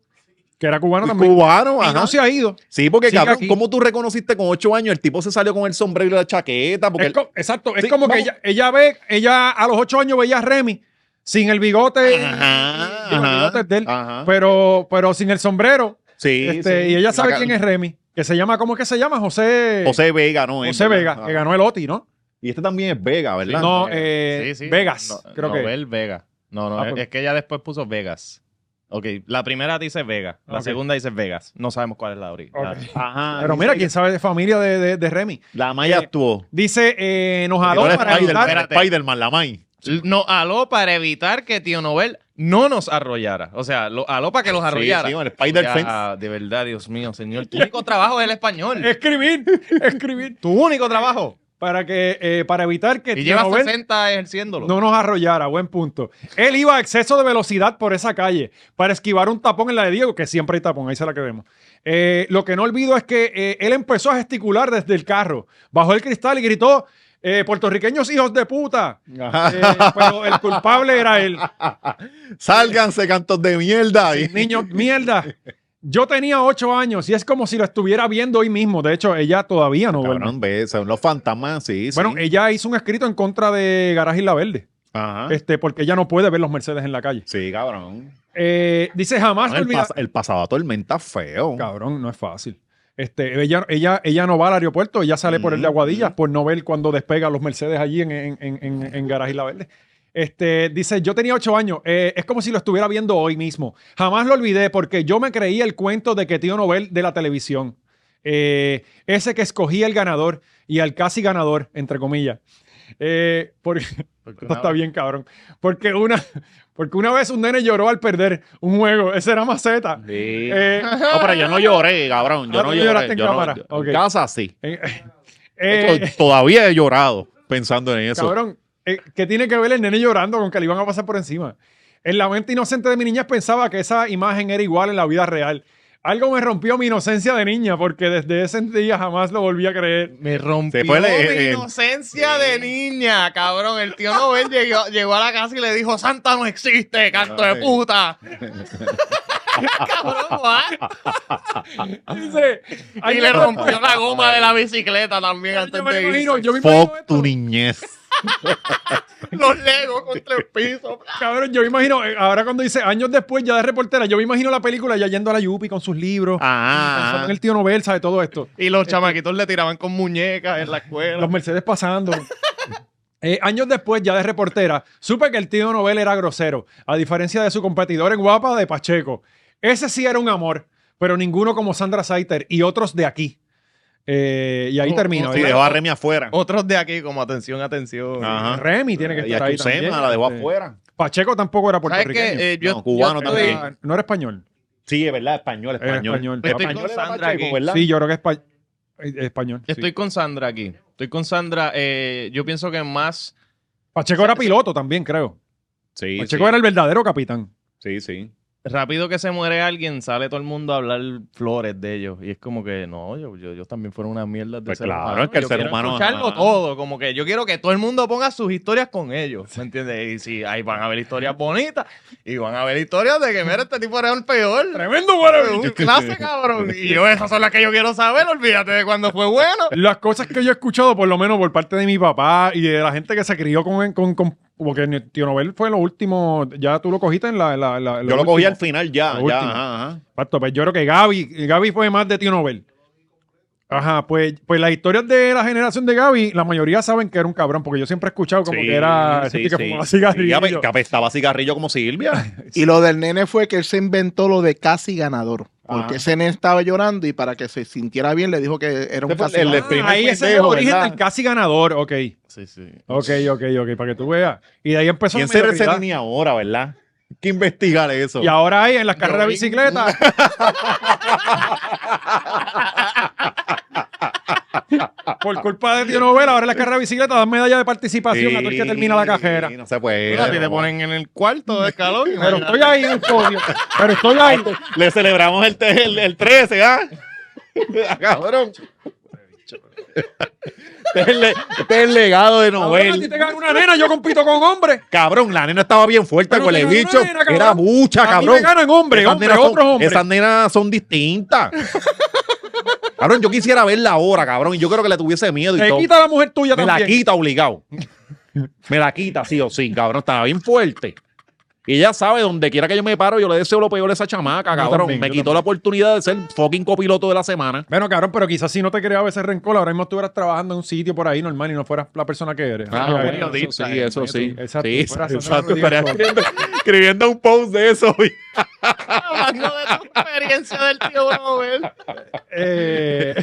A: Que era cubano también.
C: cubano,
A: Y
C: ajá.
A: no se ha ido.
C: Sí, porque
A: Sigue
C: cabrón,
A: aquí.
C: ¿cómo tú reconociste con ocho años? El tipo se salió con el sombrero y la chaqueta. Porque
A: Es co- exacto, es
C: Sí,
A: como que
C: vamos.
A: ella, ella ve, ella a los ocho años veía a Remy sin el bigote, y-
C: Ajá,
A: y los
C: ajá,
A: bigotes de él,
C: ajá.
A: pero, pero sin el sombrero.
C: sí,
A: este,
C: sí.
A: Y ella sabe
C: La-
A: quién es Remy, que se llama, ¿cómo es que se llama? José,
C: José Vega, ¿no? es,
A: José
C: ¿verdad?
A: Vega,
C: Ajá.
A: que ganó el OTI, ¿no?
C: Y este también es Vega, ¿verdad?
A: No,
E: Vega.
A: eh, Vegas,
E: No-
A: creo que.
E: Nobel Vega. No, no,
A: Ah,
E: es,
A: pues.
E: es que ella después puso Vegas. Ok, la primera dice Vega, la
A: Ok.
E: segunda dice Vegas. No sabemos cuál es la ahorita.
A: Ok.
C: Ajá.
A: Pero
C: Ah, dice
A: mira,
C: que-
A: quién sabe de familia de, de, de Remy.
C: La Maya
A: Eh,
C: actuó.
A: Dice, eh, nos jaló
C: No,
A: para
C: Spider-
A: evitar.
E: espérate.
C: Spider-Man, la May.
E: No, aló para evitar que tío Nobel no nos arrollara. O sea, lo, aló para que los arrollara.
C: sí, con el Spider
E: Ya, ah,
C: Fence.
E: De verdad, Dios mío, señor. Tu único trabajo es
A: [LAUGHS]
E: el español.
A: Escribir, escribir.
E: Tu único trabajo.
A: Para, que, eh, para evitar que
E: Y
A: tío
E: llevas
A: Nobel
E: 60 ejerciéndolo.
A: No nos arrollara, buen punto. Él iba a exceso de velocidad por esa calle para esquivar un tapón en la de Diego, que siempre hay tapón, ahí se la queremos. Eh, lo que no olvido es que eh, él empezó a gesticular desde el carro, bajó el cristal y gritó, eh, puertorriqueños hijos de puta. Eh, pero el culpable era él.
C: Sálganse, cantos de [LAUGHS] mierda. Y-
A: Niño, mierda. Yo tenía ocho años y es como si lo estuviera viendo hoy mismo. De hecho, ella todavía no duerme.
C: Cabrón, eh, ve, son los fantasmas, sí. sí.
A: Bueno, ella hizo un escrito en contra de Garaje Isla Verde,
C: Ajá.
A: este, porque ella no puede ver los Mercedes en la calle.
C: Sí, cabrón.
A: Eh, dice jamás
C: el,
A: olvidar-
C: pas- el pasado a tormenta feo.
A: Cabrón, no es fácil. Este, ella, ella, ella no va al aeropuerto, ella sale por el de Aguadillas por no ver cuando despega los Mercedes allí en, en, en, en, en Garaje La Verde. Este, dice, yo tenía ocho años, eh, es como si lo estuviera viendo hoy mismo. Jamás lo olvidé porque yo me creí el cuento de que tío Nobel de la televisión, eh, ese que escogía el ganador y al casi ganador, entre comillas. Eh, por-
E: Porque
A: esto
E: una-
A: está bien, cabrón. Porque una, porque una vez un nene lloró al perder un juego, ese era maceta.
C: Sí.
A: Eh,
C: No, pero yo no lloré, cabrón. Yo
A: Ah,
C: no
A: tú
C: lloré.
A: lloraste en
C: yo no-
A: cámara.
C: yo-
A: Ok.
C: En casa sí.
A: Eh, eh, eh,
C: Todavía he llorado pensando en eso.
A: cabrón, eh, ¿qué tiene que ver el nene llorando con que le iban a pasar por encima? En la mente inocente de mi niña pensaba que esa imagen era igual en la vida real. Algo me rompió mi inocencia de niña porque desde ese día jamás lo volví a creer.
E: Me rompió
C: Se fue el-
E: mi
C: el-
E: inocencia de niña, cabrón. El tío Nobel llegó, llegó a la casa y le dijo, Santa no existe, canto de
C: Ay. [LAUGHS]
E: puta. cabrón, ¿what?
A: Dice, ay,
E: Ah. Y le rompió la goma de la bicicleta también antes
A: yo me
E: de
A: imagino,
E: irse.
A: yo me imagino
C: Fuck
A: esto. [LAUGHS]
C: tu niñez.
E: Los legos con tres pisos.
A: Cabrón, yo me imagino, eh, ahora cuando dice años después ya de reportera, yo me imagino la película ya yendo a la Yupi con sus libros, pensando
C: Ah.
A: en el tío Nobel, sabe todo esto.
E: Y los chamaquitos le tiraban con muñecas en la escuela.
A: Los Mercedes pasando. [LAUGHS] Eh, años después, ya de reportera, supe que el tío Nobel era grosero, a diferencia de su competidor en guapa de Pacheco. Ese sí era un amor, pero ninguno como Sandra Saiter y otros de aquí. Eh, y ahí
E: O-
A: termino.
E: o-
C: Sí,
A: ¿verdad?
C: dejó a Remy afuera.
E: Otros de aquí como atención, atención.
C: Ajá.
A: Remy tiene que
C: Y
A: estar
C: a
A: ahí
C: Chusema
A: también.
C: la dejó
A: Este,
C: afuera.
A: Pacheco tampoco era
E: ¿Sabes qué?
A: puertorriqueño.
E: Eh, yo,
C: No, cubano
E: yo estoy-
C: también.
A: Ah, No era español.
C: Sí, es verdad, español,
A: Era
C: español.
A: español.
E: Estoy
C: Español
E: con
C: era
E: Sandra
C: Pacheco,
E: aquí.
C: ¿verdad?
A: Sí, yo creo que es pa- eh, español. sí.
E: Estoy con Sandra aquí. Estoy con Sandra. eh, yo pienso que más.
A: Pacheco era piloto también, creo.
C: Sí,
A: Pacheco
C: sí.
A: era el verdadero capitán.
C: Sí, sí.
E: rápido que se muere alguien, sale todo el mundo a hablar flores de ellos. Y es como que, no, yo, yo, ellos también fueron una mierda de
C: Pues
E: ser
C: claro,
E: humano.
C: es que el
E: Yo
C: ser
E: quiero
C: humano-
E: escucharlo
C: ajá.
E: todo, como que yo quiero que todo el mundo ponga sus historias con ellos, ¿me entiendes? Y si ahí van a haber historias bonitas y van a haber historias de que, mira, este tipo era el peor.
A: Tremendo,
E: Un clase, cabrón. Y yo, esas son las que yo quiero saber, olvídate de cuando fue bueno.
A: las cosas que yo he escuchado, por lo menos por parte de mi papá y de la gente que se crió con. con, con- porque el Tío Nobel fue lo último. Ya tú lo cogiste en la. en la- en la- en
C: Yo lo cogí
A: último.
C: al final ya,
A: Lo
C: ya,
A: último.
C: ajá, ajá.
A: Exacto, pues yo creo que Gaby. Gaby fue más de Tío Nobel. Ajá, pues, pues las historias de la generación de Gaby, la mayoría saben que era un cabrón, porque yo siempre he escuchado como
C: Sí,
A: que era ese
C: sí,
A: tipo que
C: sí.
A: fumaba
C: Y
A: cigarrillo.
C: ape- que apestaba cigarrillo como [LAUGHS] Silvia.
F: Y lo del nene fue que él se inventó lo de casi ganador. Porque
A: Ah.
C: Ajá.
F: ese nene estaba llorando y para que se sintiera bien le dijo que era un
C: Ese fue
F: casi
C: el-
F: ganador.
C: primer
A: Ah, ahí ese es el
C: pendejo,
A: origen
C: ¿verdad?
A: del casi ganador, ok.
E: Sí, sí.
A: Ok, ok, ok, para que tú veas. Y de ahí empezó
C: ¿Quién
A: la
C: se
A: mediocridad.
C: resenía ahora, verdad? Hay que investigar eso.
A: Y ahora hay en las carreras de
E: vi-
A: bicicleta. por culpa de Tío Novela, ahora en la carrera de bicicleta dan medalla de participación a todo el que termina la cajera.
C: Sí, No se puede.
E: Mira, a ti te
C: no.
E: ponen en el cuarto de calor.
A: Pero estoy ahí en el podio. Pero estoy ahí.
C: Le celebramos el, te- el, el 13, ¿ah? [LAUGHS] Ah, Cabrón. Este es, el, le- este es el legado de
A: Ahora, si
C: Nobel.
A: te gana una nena, yo compito con hombres.
C: Cabrón, la nena estaba bien fuerte
A: Pero
C: con
A: te
C: el
A: ganó
C: bicho.
A: una nena, cabrón.
C: Era mucha,
A: A mí
C: cabrón.
A: me ganan hombres,
C: Esas
A: hombres,
C: nenas son-
A: otros hombres.
C: Esas nenas
A: [LAUGHS]
C: son distintas. cabrón, yo quisiera verla ahora, cabrón. Y yo creo que le tuviese miedo y
A: Te
C: todo.
A: quita la mujer tuya
C: Me la
A: también.
C: quita obligado. Me la quita, sí o sí, cabrón. Estaba bien fuerte. Y ella sabe, donde quiera que yo me paro, yo le deseo lo peor a esa chamaca, cabrón.
A: también,
C: me
A: yo
C: quitó la oportunidad de ser fucking copiloto de la semana.
A: Bueno, cabrón, pero quizás si no te creaba ese rencor, ahora mismo estuvieras trabajando en un sitio por ahí normal y no fueras la persona que eres.
C: Ah,
A: Ay,
C: bueno, eso
E: periodista,
C: sí,
E: eh,
C: eso sí.
A: Exacto,
C: Sí,
A: fuera haciendo
C: exacto.
A: periodismo.
C: Estaría escribiendo, escribiendo un post de eso. y-
E: Hablando de tu experiencia del tío Nobel.
A: eh,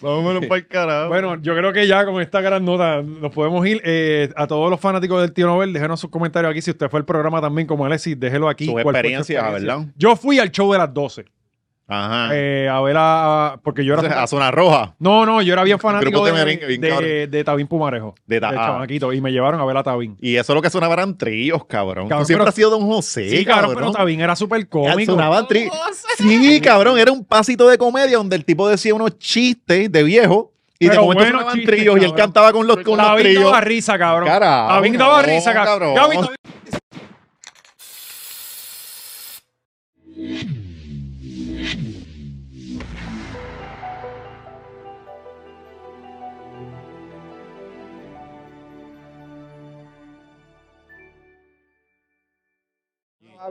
E: Vámonos para el carajo.
A: Bueno, yo creo que ya con esta gran nota nos podemos ir. Eh, a todos los fanáticos del Tío Nobel, déjenos sus comentarios aquí. Si usted fue al programa también como Alexis, déjelo aquí.
C: Sus
A: ¿Cuál fue su
C: experiencias, ¿verdad?
A: Yo fui al show de las 12
C: Ajá.
A: eh, a ver a... Porque yo
C: Entonces,
A: era...
C: a zona roja.
A: No, no, yo era bien fanático
C: Grupo
A: de,
C: de merengue, bien
A: de-
C: cabrón.
A: de Tabín Pumarejo.
C: De
A: De
C: ta- ah.
A: chamaquito. Y me llevaron a ver a Tabín.
C: Y eso es lo que sonaban tríos, cabrón.
A: Cabrón,
C: Tú siempre
A: pero-
C: ha sido Don José,
A: Sí, cabrón, pero Tabín era súper cómico.
C: Sonaban tri- Sí, cabrón, era un pasito de comedia donde el tipo decía unos chistes de viejo y
A: Pero
C: de momento
A: buenos
C: sonaban
A: chistes,
C: tríos y él
A: cabrón.
C: cantaba con los, con los
A: Tabín
C: tríos.
A: daba risa, cabrón.
C: Carajo,
A: Tabín daba
C: no,
A: risa, cabrón.
C: cabrón.
A: Gaby, Tabín-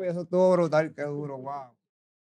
G: Eso estuvo brutal, qué duro, wow.